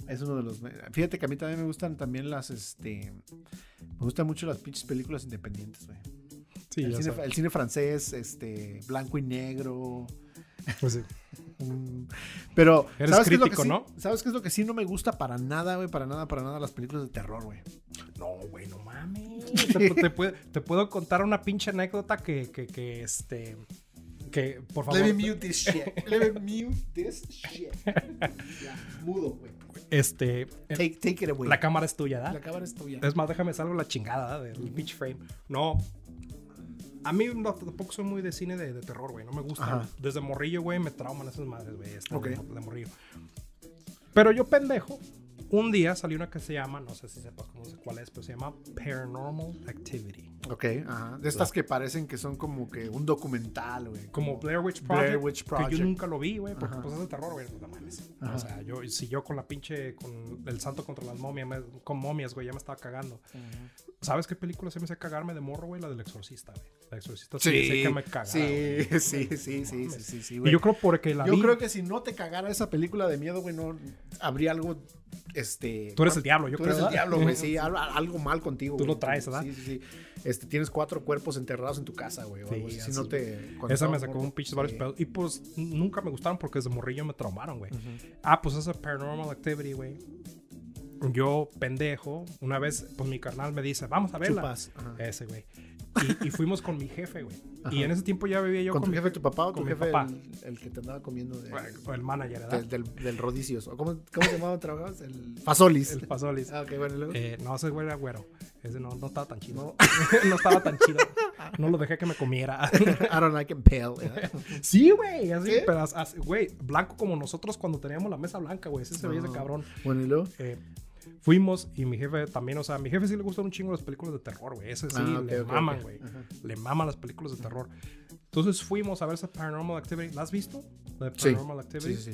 [SPEAKER 1] Es uno de los. Fíjate que a mí también me gustan también las. Este. Me gustan mucho las pinches películas independientes, güey.
[SPEAKER 2] Sí,
[SPEAKER 1] el,
[SPEAKER 2] ya
[SPEAKER 1] cine,
[SPEAKER 2] sabes.
[SPEAKER 1] el cine francés, este. Blanco y negro.
[SPEAKER 2] Pues sí.
[SPEAKER 1] Mm, Pero,
[SPEAKER 2] Eres
[SPEAKER 1] ¿sabes qué es lo
[SPEAKER 2] crítico,
[SPEAKER 1] que sí-
[SPEAKER 2] ¿no?
[SPEAKER 1] ¿Sabes qué es lo que sí no me gusta para nada, güey? Para nada, para nada las películas de terror, güey.
[SPEAKER 2] No, güey, no mames. te, pu- te puedo, te puedo contar una pinche anécdota que, que, que este. Que, por favor.
[SPEAKER 1] mute this shit. Let me mute this shit. Ya, mudo, güey.
[SPEAKER 2] Este. el-
[SPEAKER 1] Take, take it away.
[SPEAKER 2] la cámara es tuya, ¿da?
[SPEAKER 1] La cámara es tuya.
[SPEAKER 2] Es más, déjame salgo la chingada ¿da? del pitch frame. No. A mí no, tampoco soy muy de cine de, de terror, güey. No me gusta.
[SPEAKER 1] Ajá.
[SPEAKER 2] Desde morrillo, güey, me trauman esas madres, güey. este,
[SPEAKER 1] Ok.
[SPEAKER 2] de, de morrillo. Pero yo, pendejo, un día salió una que se llama, no sé si sepas cómo, cuál es, pero se llama Paranormal Activity.
[SPEAKER 1] Ok, ajá. De estas que parecen que son como que un documental, güey.
[SPEAKER 2] como Blair Witch Project,
[SPEAKER 1] Blair Witch
[SPEAKER 2] que yo
[SPEAKER 1] Project.
[SPEAKER 2] nunca lo vi, güey, porque
[SPEAKER 1] Ajá.
[SPEAKER 2] pues es de terror, güey, pues, no mames.
[SPEAKER 1] Ajá.
[SPEAKER 2] O sea, yo si yo con la pinche con el santo contra las momias, me- con momias, güey, ya me estaba cagando. ¿Sabes qué película se me hacía cagarme de morro, güey? La del exorcista, güey. La exorcista sí, me hacía que me cagara. güey.
[SPEAKER 1] sí, sí, sí, sí, sí, sí, sí, sí, güey.
[SPEAKER 2] Y yo creo porque la
[SPEAKER 1] Yo
[SPEAKER 2] vi.
[SPEAKER 1] creo que si no te cagara esa película de miedo, güey, no habría algo, este...
[SPEAKER 2] Tú eres el diablo, yo
[SPEAKER 1] tú eres
[SPEAKER 2] creo.
[SPEAKER 1] el
[SPEAKER 2] ¿verdad?
[SPEAKER 1] diablo, güey. Sí, al- al- algo mal contigo.
[SPEAKER 2] Tú
[SPEAKER 1] güey.
[SPEAKER 2] lo traes, ¿verdad?
[SPEAKER 1] Sí, sí, sí. este, tienes cuatro cuerpos enterrados en tu casa, güey. o
[SPEAKER 2] Sí,
[SPEAKER 1] algo así, si
[SPEAKER 2] así.
[SPEAKER 1] no te. cuando
[SPEAKER 2] Esa
[SPEAKER 1] estaba
[SPEAKER 2] me sacó
[SPEAKER 1] morro.
[SPEAKER 2] un pinche varios
[SPEAKER 1] Sí.
[SPEAKER 2] pedos. Y pues nunca me gustaron porque desde morrillo me traumaron, güey.
[SPEAKER 1] Ujú.
[SPEAKER 2] Ah, pues esa Paranormal Activity, güey. Yo, pendejo, una vez, pues mi carnal me dice, vamos a verla.
[SPEAKER 1] Chupas. ajá.
[SPEAKER 2] Ese, güey. Y, y fuimos con mi jefe, güey. Y
[SPEAKER 1] Ajá.
[SPEAKER 2] en ese tiempo ya vivía yo
[SPEAKER 1] ¿Con
[SPEAKER 2] con,
[SPEAKER 1] tu
[SPEAKER 2] mi
[SPEAKER 1] jefe, tu papá o
[SPEAKER 2] con
[SPEAKER 1] tu
[SPEAKER 2] mi
[SPEAKER 1] jefe,
[SPEAKER 2] papá.
[SPEAKER 1] el, el que te andaba comiendo de-
[SPEAKER 2] con el manager, ¿verdad?
[SPEAKER 1] del, del, del rodicios? ¿O ¿Cómo, ¿Cómo se llamaba? ¿Trabajabas? El Fasolis.
[SPEAKER 2] El Pasolis.
[SPEAKER 1] Ah, ok, bueno, y luego.
[SPEAKER 2] Eh, no, ese güey era güero. Ese no, no estaba tan chido.
[SPEAKER 1] No.
[SPEAKER 2] No. estaba tan chido. No lo dejé que me comiera.
[SPEAKER 1] I don't like it pale. ¿eh?
[SPEAKER 2] Sí, güey. Así,
[SPEAKER 1] ¿Sí?
[SPEAKER 2] pero as- as- güey, blanco como nosotros cuando teníamos la mesa blanca, güey. Ese se veía ese
[SPEAKER 1] No.
[SPEAKER 2] cabrón.
[SPEAKER 1] Bueno, y luego.
[SPEAKER 2] Eh, fuimos y mi jefe también, o sea, a mi jefe sí le gustan un chingo las películas de terror, güey. Ese sí,
[SPEAKER 1] Ah, ok,
[SPEAKER 2] le
[SPEAKER 1] ok, Ah.
[SPEAKER 2] maman,
[SPEAKER 1] ok.
[SPEAKER 2] güey.
[SPEAKER 1] Ajá.
[SPEAKER 2] Le maman las películas de terror. Entonces fuimos a ver esa Paranormal Activity. ¿La has visto? La de
[SPEAKER 1] Sí.
[SPEAKER 2] Paranormal Activity.
[SPEAKER 1] Sí, sí,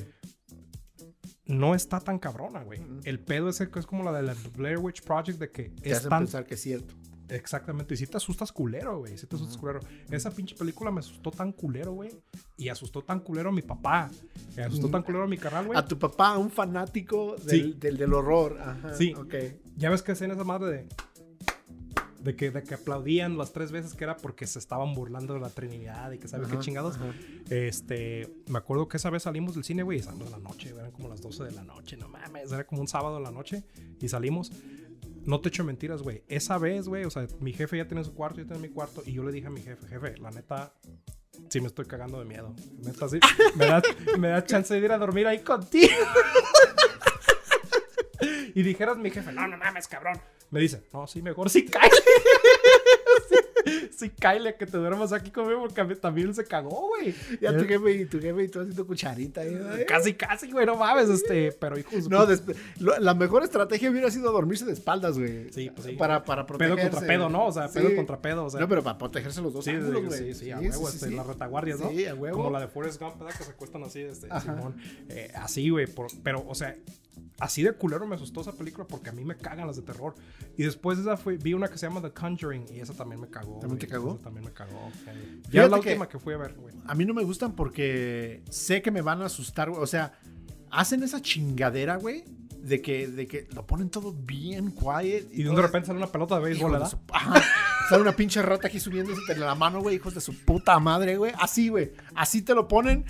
[SPEAKER 1] sí.
[SPEAKER 2] No está tan cabrona, güey.
[SPEAKER 1] Ujú.
[SPEAKER 2] El pedo ese que es como la de la Blair Witch Project de que
[SPEAKER 1] Te
[SPEAKER 2] es
[SPEAKER 1] hacen
[SPEAKER 2] tan
[SPEAKER 1] pensar que es cierto.
[SPEAKER 2] Exactamente, y si te asustas culero, güey. Si te asustas culero. Esa pinche película me asustó tan culero, güey. Y asustó tan culero a mi papá. Y asustó tan culero a mi canal, güey.
[SPEAKER 1] A tu papá, un fanático del,
[SPEAKER 2] Sí.
[SPEAKER 1] del, del horror. Ajá,
[SPEAKER 2] Sí.
[SPEAKER 1] Ok.
[SPEAKER 2] Ya ves que hacían esa madre de. De que, de que aplaudían las tres veces que era porque se estaban burlando de la Trinidad y que sabes qué
[SPEAKER 1] Ajá,
[SPEAKER 2] chingados.
[SPEAKER 1] ajá.
[SPEAKER 2] Este, me acuerdo que esa vez salimos del cine, güey, y salimos de la noche, eran como las 12 de la noche, no mames, era como un sábado en la noche y salimos. No te echo mentiras, güey. Esa vez, güey, o sea, mi jefe ya tenía su cuarto, yo tenía mi cuarto y yo le dije a mi jefe, jefe, la neta, sí me estoy cagando de miedo. Neta, sí, me da, me da chance de ir a dormir ahí contigo. y dijeras mi jefe, no, no mames, cabrón. Me dice, no, sí, mejor sí, cállate. sí, sí, cállate que te duermas aquí conmigo porque a mí también se cagó, güey.
[SPEAKER 1] Ya
[SPEAKER 2] Eh,
[SPEAKER 1] tu jefe y tu jefe y tú haciendo cucharita. ahí, ¿eh?
[SPEAKER 2] Casi, casi, güey, no mames, este, pero hijo de su
[SPEAKER 1] No,
[SPEAKER 2] puta-
[SPEAKER 1] desp- lo- la mejor estrategia hubiera sido dormirse de espaldas, güey.
[SPEAKER 2] Sí, pues sí.
[SPEAKER 1] Para, para
[SPEAKER 2] pedo
[SPEAKER 1] protegerse.
[SPEAKER 2] contra pedo, ¿no? O sea, pedo
[SPEAKER 1] Sí.
[SPEAKER 2] contra pedo, o sea.
[SPEAKER 1] No, pero para protegerse los dos
[SPEAKER 2] Sí,
[SPEAKER 1] ángulos,
[SPEAKER 2] sí,
[SPEAKER 1] güey.
[SPEAKER 2] sí, sí, a huevo,
[SPEAKER 1] sí,
[SPEAKER 2] este,
[SPEAKER 1] sí.
[SPEAKER 2] las retaguardias, ¿no?
[SPEAKER 1] Sí, a huevo.
[SPEAKER 2] Como la de Forrest Gump, ¿verdad? Que se acuestan así, este,
[SPEAKER 1] Ajá.
[SPEAKER 2] Simón. Eh, así, güey, por- pero, o sea, así de culero me asustó esa película porque a mí me cagan las de terror. Y después de esa fue, vi una que se llama The Conjuring y esa también me cagó.
[SPEAKER 1] ¿También
[SPEAKER 2] güey,
[SPEAKER 1] te cagó?
[SPEAKER 2] esa también me cagó. güey. Ya es la
[SPEAKER 1] que-
[SPEAKER 2] última que fui a ver, güey.
[SPEAKER 1] A mí no me gustan porque sé que me van a asustar, güey. O sea, hacen esa chingadera, güey, de que, de que lo ponen todo bien quiet.
[SPEAKER 2] Y de
[SPEAKER 1] todo
[SPEAKER 2] de
[SPEAKER 1] es-
[SPEAKER 2] repente sale una pelota de béisbol,
[SPEAKER 1] Hijos de
[SPEAKER 2] ¿verdad?
[SPEAKER 1] su- Ajá. Sale una pinche rata aquí subiéndose de la mano, güey, hijos de su puta madre, güey. Así, güey. Así te lo ponen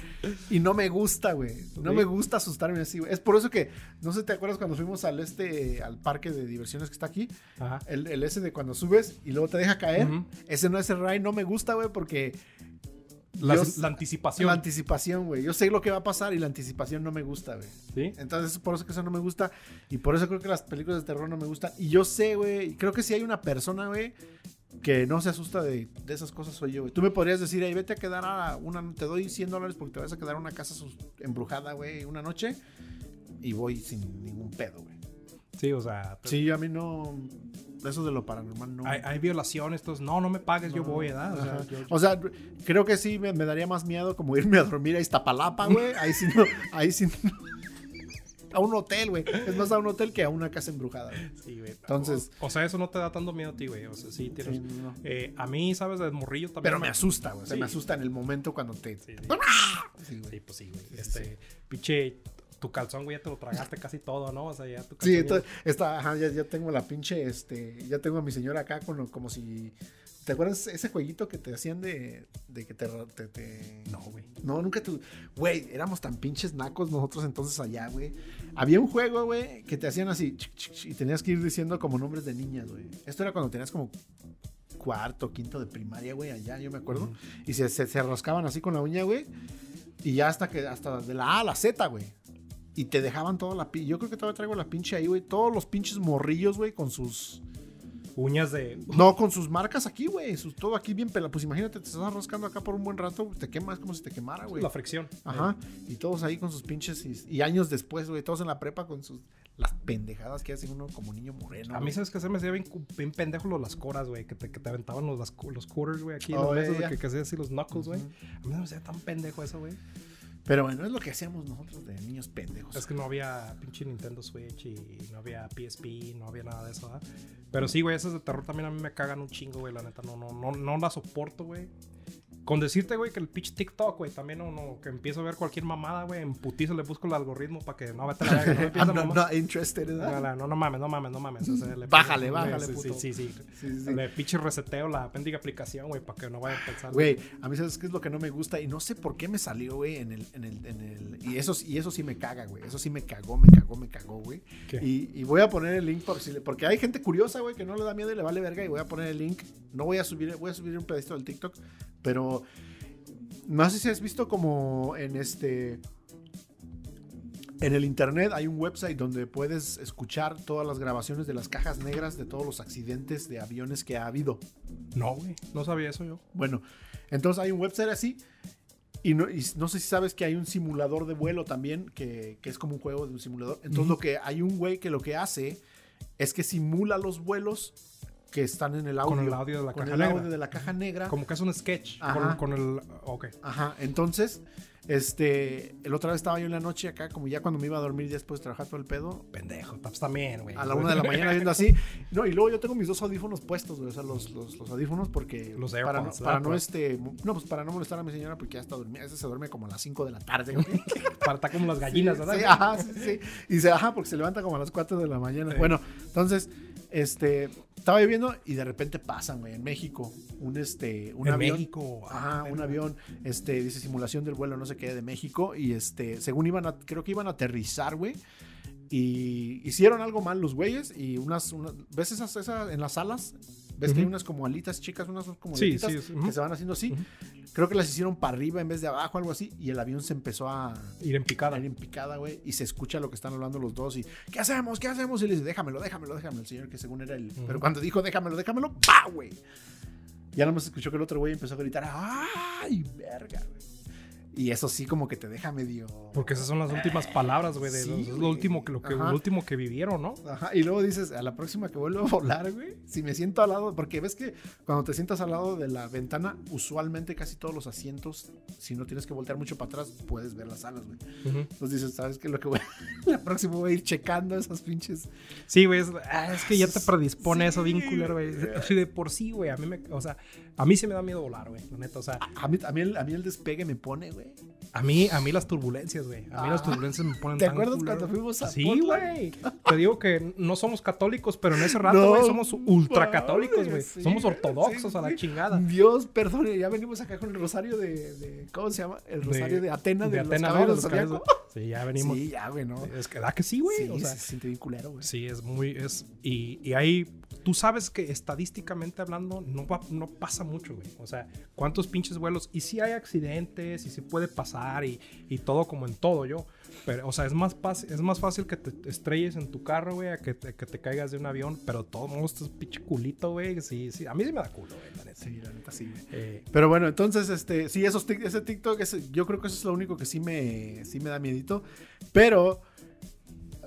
[SPEAKER 1] y no me gusta, güey. No
[SPEAKER 2] Sí.
[SPEAKER 1] me gusta asustarme así, güey. Es por eso que, no sé, ¿te acuerdas cuando fuimos al este, al parque de diversiones que está aquí?
[SPEAKER 2] Ajá.
[SPEAKER 1] El, el ese de cuando subes y luego te deja caer.
[SPEAKER 2] Ujú.
[SPEAKER 1] Ese no es el ride, no me gusta, güey, porque
[SPEAKER 2] La,
[SPEAKER 1] Dios-
[SPEAKER 2] la anticipación.
[SPEAKER 1] la anticipación, güey. Yo sé lo que va a pasar y la anticipación no me gusta, güey.
[SPEAKER 2] ¿Sí?
[SPEAKER 1] Entonces, por eso que eso no me gusta. Y por eso creo que las películas de terror no me gustan. Y yo sé, güey. y Creo que si hay una persona, güey, que no se asusta de, de esas cosas, soy yo, güey. Tú me podrías decir, hey, vete a quedar a una. Te doy 100 dólares porque te vas a quedar en una casa sus- embrujada, güey, una noche. Y voy sin ningún pedo, güey.
[SPEAKER 2] Sí, o sea. te-
[SPEAKER 1] Sí, yo a mí no. Eso de lo paranormal no.
[SPEAKER 2] Hay, hay violaciones, entonces, no, no me pagues, yo
[SPEAKER 1] no.
[SPEAKER 2] voy, ¿verdad? O sea,
[SPEAKER 1] Ajá.
[SPEAKER 2] yo-
[SPEAKER 1] O sea, creo que sí me, me daría más miedo como irme a dormir a Iztapalapa, güey. Ahí sí no. Ahí sí no. A un hotel, güey. Es más a un hotel que a una casa embrujada. güey.
[SPEAKER 2] Sí, güey.
[SPEAKER 1] Entonces-
[SPEAKER 2] O, o sea, eso no te da tanto miedo a ti, güey. O sea, sí, tienes.
[SPEAKER 1] Sí, no.
[SPEAKER 2] Eh, a mí, ¿sabes? De morrillo también.
[SPEAKER 1] Pero me asusta, güey. O sea,
[SPEAKER 2] Sí.
[SPEAKER 1] me asusta en el momento cuando te.
[SPEAKER 2] Sí,
[SPEAKER 1] Sí, güey.
[SPEAKER 2] Sí, pues sí, güey. Este, pinche, tu calzón, güey, ya te lo tragaste casi todo, ¿no? O sea, ya tu calzón.
[SPEAKER 1] Sí,
[SPEAKER 2] ya-
[SPEAKER 1] entonces, está, ajá, ya, ya tengo la pinche, este, ya tengo a mi señora acá con, lo- como si, ¿te acuerdas ese jueguito que te hacían de, de que te, te- te-
[SPEAKER 2] No, güey.
[SPEAKER 1] No, nunca tú. Güey, éramos tan pinches nacos nosotros entonces allá, güey. Había un juego, güey, que te hacían así. chic, chic, chic, y tenías que ir diciendo como nombres de niñas, güey. Esto era cuando tenías como cuarto, quinto de primaria, güey, allá, yo me acuerdo.
[SPEAKER 2] Ujú.
[SPEAKER 1] Y se, se, se rascaban así con la uña, güey. Y ya hasta que, hasta de la A a la Z, güey. Y te dejaban toda la pinche. Yo creo que todavía traigo la pinche ahí, güey. Todos los pinches morrillos, güey, con sus.
[SPEAKER 2] Uñas de. uh,
[SPEAKER 1] No, con sus marcas aquí, güey. Sus, todo aquí bien pelado. Pues imagínate, te estás rascando acá por un buen rato. güey, Te quemas como si te quemara, güey.
[SPEAKER 2] La fricción.
[SPEAKER 1] Ajá. Y todos ahí con sus pinches. Y, y años después, güey, todos en la prepa con sus. Las pendejadas que hace uno como niño moreno.
[SPEAKER 2] Eh, A mí,
[SPEAKER 1] güey.
[SPEAKER 2] ¿sabes qué? Se me hacía bien, cu- bien pendejo los las coras, güey. Que te, que te aventaban los, las cu- los quarters, güey, aquí.
[SPEAKER 1] Oh,
[SPEAKER 2] los
[SPEAKER 1] ya,
[SPEAKER 2] besos,
[SPEAKER 1] ya,
[SPEAKER 2] de
[SPEAKER 1] ya.
[SPEAKER 2] que, que hacías así los knuckles, güey.
[SPEAKER 1] Ujú.
[SPEAKER 2] A mí no me hacía tan pendejo eso, güey.
[SPEAKER 1] Pero bueno, es lo que hacíamos nosotros de niños pendejos.
[SPEAKER 2] Es que no había pinche Nintendo Switch y no había PSP, no había nada de eso, ¿ah? ¿verdad? Pero sí, güey, esas de terror también a mí me cagan un chingo, güey, la neta. No, no, no, no las soporto, güey. Con decirte, güey, que el pitch TikTok, güey, también uno que empiezo a ver cualquier mamada, güey, en putiza le busco el algoritmo para que no vete a la verga, no empiece a
[SPEAKER 1] I'm not,
[SPEAKER 2] mamar.
[SPEAKER 1] not interested in
[SPEAKER 2] No,
[SPEAKER 1] that.
[SPEAKER 2] no, no, no mames, no mames, no mames. O sea, le-
[SPEAKER 1] Bájale,
[SPEAKER 2] le-
[SPEAKER 1] bájale,
[SPEAKER 2] sí,
[SPEAKER 1] puto.
[SPEAKER 2] Sí, sí, sí.
[SPEAKER 1] Sí, sí, sí.
[SPEAKER 2] Le pinche reseteo la apéndice aplicación, güey, para que no vaya a pensar.
[SPEAKER 1] Güey, a mí sabes qué es lo que no me gusta y no sé por qué me salió, güey, en el, en el, en el, y eso, y eso sí me caga, güey, eso sí me cagó, me cagó, me cagó, güey.
[SPEAKER 2] ¿Qué?
[SPEAKER 1] Y, y voy a poner el link por si le- porque hay gente curiosa, güey, que no le da miedo y le vale verga y voy a poner el link. No voy a subir, voy a subir un pedacito del TikTok, pero no sé si has visto como en este en el internet hay un website donde puedes escuchar todas las grabaciones de las cajas negras de todos los accidentes de aviones que ha habido.
[SPEAKER 2] No, güey, no sabía eso yo.
[SPEAKER 1] Bueno, entonces hay un website así. Y no, y no sé si sabes que hay un simulador de vuelo también, que, que es como un juego de un simulador. Entonces
[SPEAKER 2] Ujú.
[SPEAKER 1] lo que hay un güey que lo que hace es que simula los vuelos que están en el audio.
[SPEAKER 2] Con el audio de la
[SPEAKER 1] con
[SPEAKER 2] caja
[SPEAKER 1] el
[SPEAKER 2] negra.
[SPEAKER 1] audio de la caja negra.
[SPEAKER 2] Como que es un sketch. Con,
[SPEAKER 1] Ajá.
[SPEAKER 2] con el. Ok.
[SPEAKER 1] Ajá, entonces, este, el otra vez estaba yo en la noche acá, como ya cuando me iba a dormir y después de trabajar todo el pedo,
[SPEAKER 2] Pendejo, Taps también, güey.
[SPEAKER 1] a la una de la mañana viendo así. No, y luego yo tengo mis dos audífonos puestos, güey. O sea, los, los, los audífonos porque.
[SPEAKER 2] Los
[SPEAKER 1] para, no-
[SPEAKER 2] AirPods,
[SPEAKER 1] para no
[SPEAKER 2] AirPods.
[SPEAKER 1] este. No, pues para no molestar a mi señora porque ya está durmiendo. Ese se duerme como a las 5 de la tarde, güey.
[SPEAKER 2] Parta como las gallinas,
[SPEAKER 1] Sí,
[SPEAKER 2] ¿verdad?
[SPEAKER 1] sí, ah,
[SPEAKER 2] güey?
[SPEAKER 1] ajá, sí, sí. Y se ajá, porque se levanta como a las 4 de la mañana.
[SPEAKER 2] Sí.
[SPEAKER 1] Bueno, entonces, este. Estaba viviendo y de repente pasan, güey, en México. Un este. Un
[SPEAKER 2] en
[SPEAKER 1] avión.
[SPEAKER 2] México. ah,
[SPEAKER 1] Ajá, un
[SPEAKER 2] verga.
[SPEAKER 1] avión, este, dice simulación del vuelo, no sé qué, de México. Y este, según iban a, creo que iban a aterrizar, güey. Y hicieron algo mal los güeyes. Y unas, unas- ¿ves esas, esas en las alas? ¿Ves que hay
[SPEAKER 2] Ujú.
[SPEAKER 1] unas como alitas chicas, unas como
[SPEAKER 2] Sí,
[SPEAKER 1] alitas
[SPEAKER 2] sí, sí,
[SPEAKER 1] que
[SPEAKER 2] ujú.
[SPEAKER 1] se van haciendo así?
[SPEAKER 2] Ujú.
[SPEAKER 1] Creo que las hicieron para arriba en vez de abajo, algo así. Y el avión se empezó a
[SPEAKER 2] Ir en picada.
[SPEAKER 1] ir en picada, güey. Y se escucha lo que están hablando los dos. Y, ¿qué hacemos? ¿Qué hacemos? Y le dice, déjamelo, déjamelo, déjamelo. El señor que según era el.
[SPEAKER 2] Ujú.
[SPEAKER 1] Pero cuando dijo, déjamelo, déjamelo, ¡pa, güey! Ya nomás escuchó que el otro güey empezó a gritar, ¡ay, verga, güey! Y eso sí, como que te deja medio.
[SPEAKER 2] Porque esas son las últimas palabras, güey. de
[SPEAKER 1] Ah, Sí,
[SPEAKER 2] los- es lo
[SPEAKER 1] güey.
[SPEAKER 2] último que, lo que,
[SPEAKER 1] Ajá.
[SPEAKER 2] lo último que vivieron, ¿no?
[SPEAKER 1] Ajá, y luego dices, a la próxima que vuelvo a volar, güey, si me siento al lado, porque ves que cuando te sientas al lado de la ventana, usualmente casi todos los asientos, si no tienes que voltear mucho para atrás, puedes ver las alas, güey. Entonces dices, ¿sabes qué? Lo que voy a... La próxima voy a ir checando esas pinches
[SPEAKER 2] Sí, güey. Es, ah, es que ya te predispone a eso bien
[SPEAKER 1] Sí,
[SPEAKER 2] culero, güey. Sí, de por sí, güey. A mí me. O sea, a mí se me da miedo volar, güey. La neta. O sea,
[SPEAKER 1] A mí, a mí el, a mí el despegue me pone, güey.
[SPEAKER 2] a mí, a mí las turbulencias, güey. A mí las
[SPEAKER 1] Ah.
[SPEAKER 2] turbulencias me ponen
[SPEAKER 1] ¿Te
[SPEAKER 2] tan
[SPEAKER 1] acuerdas
[SPEAKER 2] culero.
[SPEAKER 1] cuando fuimos a
[SPEAKER 2] Sí,
[SPEAKER 1] Portland?
[SPEAKER 2] güey. Te digo que no somos católicos, pero en ese rato,
[SPEAKER 1] No,
[SPEAKER 2] güey, somos ultracatólicos, güey.
[SPEAKER 1] mames, sí,
[SPEAKER 2] somos
[SPEAKER 1] güey,
[SPEAKER 2] ortodoxos
[SPEAKER 1] sí,
[SPEAKER 2] a la
[SPEAKER 1] sí.
[SPEAKER 2] chingada.
[SPEAKER 1] Dios, perdone, ya venimos acá con el rosario de, de- ¿cómo se llama? El rosario de, Atenas, de, los
[SPEAKER 2] Atenas, ¿no?
[SPEAKER 1] caballeros
[SPEAKER 2] De los
[SPEAKER 1] del
[SPEAKER 2] caballeros.
[SPEAKER 1] Zodiaco.
[SPEAKER 2] Sí, ya venimos.
[SPEAKER 1] Sí, ya, güey, ¿no?
[SPEAKER 2] Es que da que sí, güey.
[SPEAKER 1] sí,
[SPEAKER 2] o sea,
[SPEAKER 1] se siente bien culero, güey.
[SPEAKER 2] Sí, es muy. Es, y, y ahí tú sabes que estadísticamente hablando no, va- no pasa mucho, güey. O sea, cuántos pinches vuelos. Y sí hay accidentes y sí puede pasar y, y todo como en todo yo. Pero, o sea, es más, pas- es más fácil que te estrelles en tu carro, güey, a que te, que te caigas de un avión. Pero todo el mundo está pinche culito, güey. Sí, sí. A mí sí me da culo, güey, la neta.
[SPEAKER 1] Sí, la neta, sí, güey.
[SPEAKER 2] Eh,
[SPEAKER 1] Pero bueno, entonces, este, sí, esos tic- ese TikTok, ese- yo creo que eso es lo único que sí me, sí me da miedito. Pero,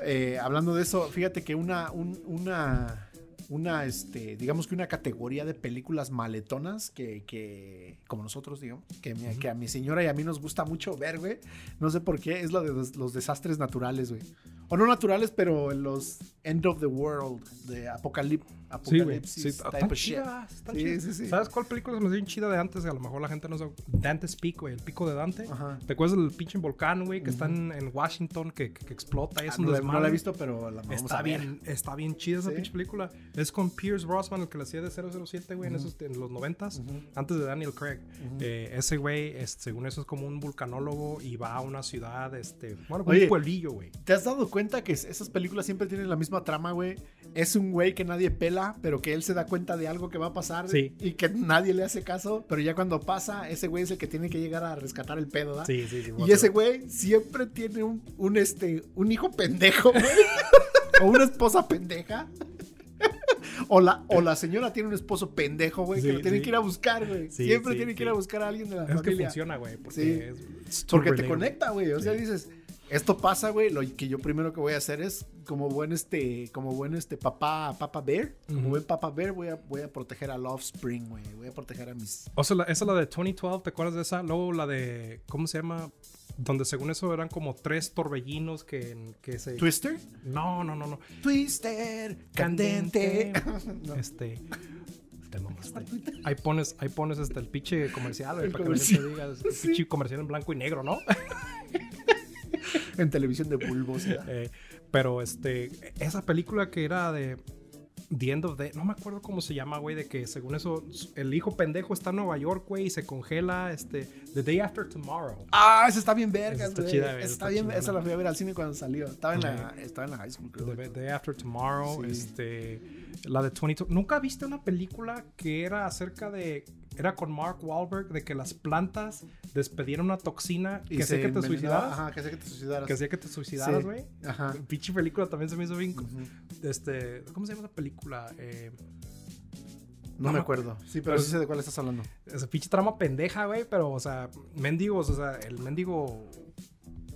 [SPEAKER 1] eh, hablando de eso, fíjate que una, un- una, una, este, digamos que una categoría de películas maletonas que, que como nosotros, digamos, que, mi-
[SPEAKER 2] Ujú.
[SPEAKER 1] que a mi señora y a mí nos gusta mucho ver, güey, no sé por qué, es la de los, los desastres naturales, güey. O no naturales, pero los End of the World, de apocalip-
[SPEAKER 2] Sí, güey.
[SPEAKER 1] Apocalipsis,
[SPEAKER 2] Sí,
[SPEAKER 1] type
[SPEAKER 2] están
[SPEAKER 1] of shit.
[SPEAKER 2] chidas, están
[SPEAKER 1] Sí,
[SPEAKER 2] chidas.
[SPEAKER 1] sí, sí.
[SPEAKER 2] ¿Sabes cuál película se me hace bien chida de antes? A lo mejor la gente no sabe. Dante's Peak, güey. El pico de Dante.
[SPEAKER 1] Ajá.
[SPEAKER 2] ¿Te acuerdas del pinche volcán, güey, que está
[SPEAKER 1] Ujú.
[SPEAKER 2] en, en Washington, que, que- que explota? y
[SPEAKER 1] Ah,
[SPEAKER 2] Es un
[SPEAKER 1] no, la- no la
[SPEAKER 2] desmadre?
[SPEAKER 1] he visto, pero la vamos
[SPEAKER 2] Está
[SPEAKER 1] a ver.
[SPEAKER 2] bien, está bien chida esa
[SPEAKER 1] Sí.
[SPEAKER 2] pinche película. Es con Pierce Brosnan, el que la hacía de 007, güey, en,
[SPEAKER 1] Ujú.
[SPEAKER 2] esos, en los 90
[SPEAKER 1] Ujú.
[SPEAKER 2] antes de Daniel Craig.
[SPEAKER 1] Ujú.
[SPEAKER 2] Eh, ese güey, es- según eso, es como un vulcanólogo y va a una ciudad, este, bueno,
[SPEAKER 1] Oye.
[SPEAKER 2] un pueblillo, güey.
[SPEAKER 1] ¿Te has dado cuenta que es- esas películas siempre tienen la misma trama, güey? Es un güey que nadie pela, pero que él se da cuenta de algo que va a pasar
[SPEAKER 2] Sí.
[SPEAKER 1] y que nadie le hace caso, pero ya cuando pasa, ese güey es el que tiene que llegar a rescatar el pedo, ¿verdad?
[SPEAKER 2] Sí, sí, sí.
[SPEAKER 1] Ah, Y ese güey siempre tiene un, un, este, un hijo pendejo, güey. o una esposa pendeja. O la, o la señora tiene un esposo pendejo, güey, que
[SPEAKER 2] Sí,
[SPEAKER 1] lo tiene
[SPEAKER 2] sí.
[SPEAKER 1] que ir a buscar, güey.
[SPEAKER 2] Sí,
[SPEAKER 1] Siempre
[SPEAKER 2] sí,
[SPEAKER 1] tiene que ir
[SPEAKER 2] sí.
[SPEAKER 1] a buscar a alguien de la
[SPEAKER 2] Es que
[SPEAKER 1] familia.
[SPEAKER 2] funciona, güey, porque,
[SPEAKER 1] Sí.
[SPEAKER 2] es- it's too
[SPEAKER 1] Porque te
[SPEAKER 2] relatable.
[SPEAKER 1] conecta, güey. O sea,
[SPEAKER 2] Sí.
[SPEAKER 1] dices, esto pasa, güey. Lo que yo primero que voy a hacer es, como buen este, como buen este papá, papá bear, como
[SPEAKER 2] Ujú.
[SPEAKER 1] buen papá bear, voy a, voy a proteger a Love Spring, güey. Voy a proteger a mis.
[SPEAKER 2] O sea, la- esa es la de 2012, ¿te acuerdas de esa? Luego la de, ¿cómo se llama? Donde según eso eran como tres torbellinos que, que se...
[SPEAKER 1] Twister,
[SPEAKER 2] No, no, no, no.
[SPEAKER 1] Twister, candente.
[SPEAKER 2] Este... Te mamas.
[SPEAKER 1] mamaste.
[SPEAKER 2] Ahí pones, ahí pones hasta el pinche comercial, güey,
[SPEAKER 1] El
[SPEAKER 2] para que la gente
[SPEAKER 1] comercial.
[SPEAKER 2] diga, es
[SPEAKER 1] Sí.
[SPEAKER 2] pinche comercial en blanco y negro, ¿no?
[SPEAKER 1] En televisión de bulbosidad.
[SPEAKER 2] Eh, pero este, esa película que era de The End of the, no me acuerdo cómo se llama, güey, de que según eso, el hijo pendejo está en Nueva York, güey, y se congela, este, The Day After Tomorrow.
[SPEAKER 1] Ah, esa está bien
[SPEAKER 2] Esa
[SPEAKER 1] vergas,
[SPEAKER 2] está
[SPEAKER 1] güey.
[SPEAKER 2] chida,
[SPEAKER 1] Esa
[SPEAKER 2] güey,
[SPEAKER 1] Está
[SPEAKER 2] está
[SPEAKER 1] bien,
[SPEAKER 2] chingona.
[SPEAKER 1] esa la fui a ver al cine cuando salió. Estaba en la, estaba en la high school, creo.
[SPEAKER 2] The Day After Tomorrow,
[SPEAKER 1] Sí.
[SPEAKER 2] este, la de 22. ¿Nunca viste una película que era acerca de, era con Mark Wahlberg, de que las plantas despedían una toxina que hacía que te
[SPEAKER 1] envenenaba-
[SPEAKER 2] suicidaras?
[SPEAKER 1] Ajá, que hacía que te suicidaras.
[SPEAKER 2] Que hacía que te suicidaras,
[SPEAKER 1] Sí. Mm.
[SPEAKER 2] güey.
[SPEAKER 1] Ajá.
[SPEAKER 2] Pinche película también se me hizo bien.
[SPEAKER 1] Ujú.
[SPEAKER 2] Este, ¿Cómo se llama esa película? Eh,
[SPEAKER 1] No
[SPEAKER 2] Ajá.
[SPEAKER 1] me acuerdo. Sí, pero,
[SPEAKER 2] Pero-
[SPEAKER 1] sí sé de cuál estás hablando.
[SPEAKER 2] esa pinche trama pendeja, güey, pero, o sea, mendigos, o sea, el mendigo,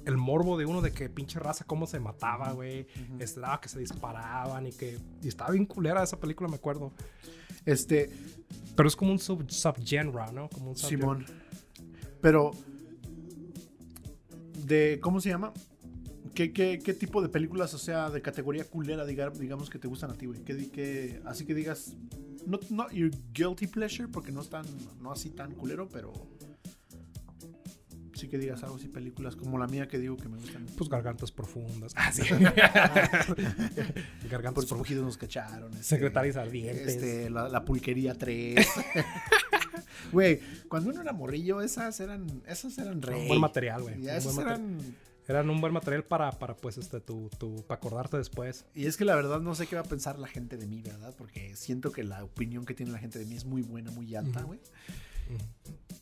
[SPEAKER 2] el morbo de uno de que pinche raza, cómo se mataba, güey,
[SPEAKER 1] Ujú.
[SPEAKER 2] este, ah, que se disparaban y que y estaba bien culera esa película, me acuerdo.
[SPEAKER 1] Este,
[SPEAKER 2] Pero es como un sub, subgenre, ¿no? Como un subgenre.
[SPEAKER 1] Simón. Pero, de ¿cómo se llama? ¿Qué, qué, qué tipo de películas, o sea, de categoría culera, diga- digamos, que te gustan a ti, güey? ¿Qué, di- qué- así que digas, no not your guilty pleasure, porque no es tan, no así tan culero, pero sí que digas algo así, películas como la mía que digo que me gustan.
[SPEAKER 2] Pues gargantas profundas. Ah, sí.
[SPEAKER 1] Por
[SPEAKER 2] gargantas profundas.
[SPEAKER 1] fugidos nos cacharon. este,
[SPEAKER 2] Secretarias ardientes.
[SPEAKER 1] Este, la, la pulquería 3. Güey, cuando uno era morrillo, esas eran, esas eran
[SPEAKER 2] Era un
[SPEAKER 1] rey.
[SPEAKER 2] buen material, güey.
[SPEAKER 1] Ya,
[SPEAKER 2] Un buen
[SPEAKER 1] esas
[SPEAKER 2] material.
[SPEAKER 1] eran-
[SPEAKER 2] Eran un buen material para, para pues, este, tu, tu, para acordarte después.
[SPEAKER 1] Y es que la verdad no sé qué va a pensar la gente de mí, ¿verdad? Porque siento que la opinión que tiene la gente de mí es muy buena, muy alta,
[SPEAKER 2] Ujú.
[SPEAKER 1] güey.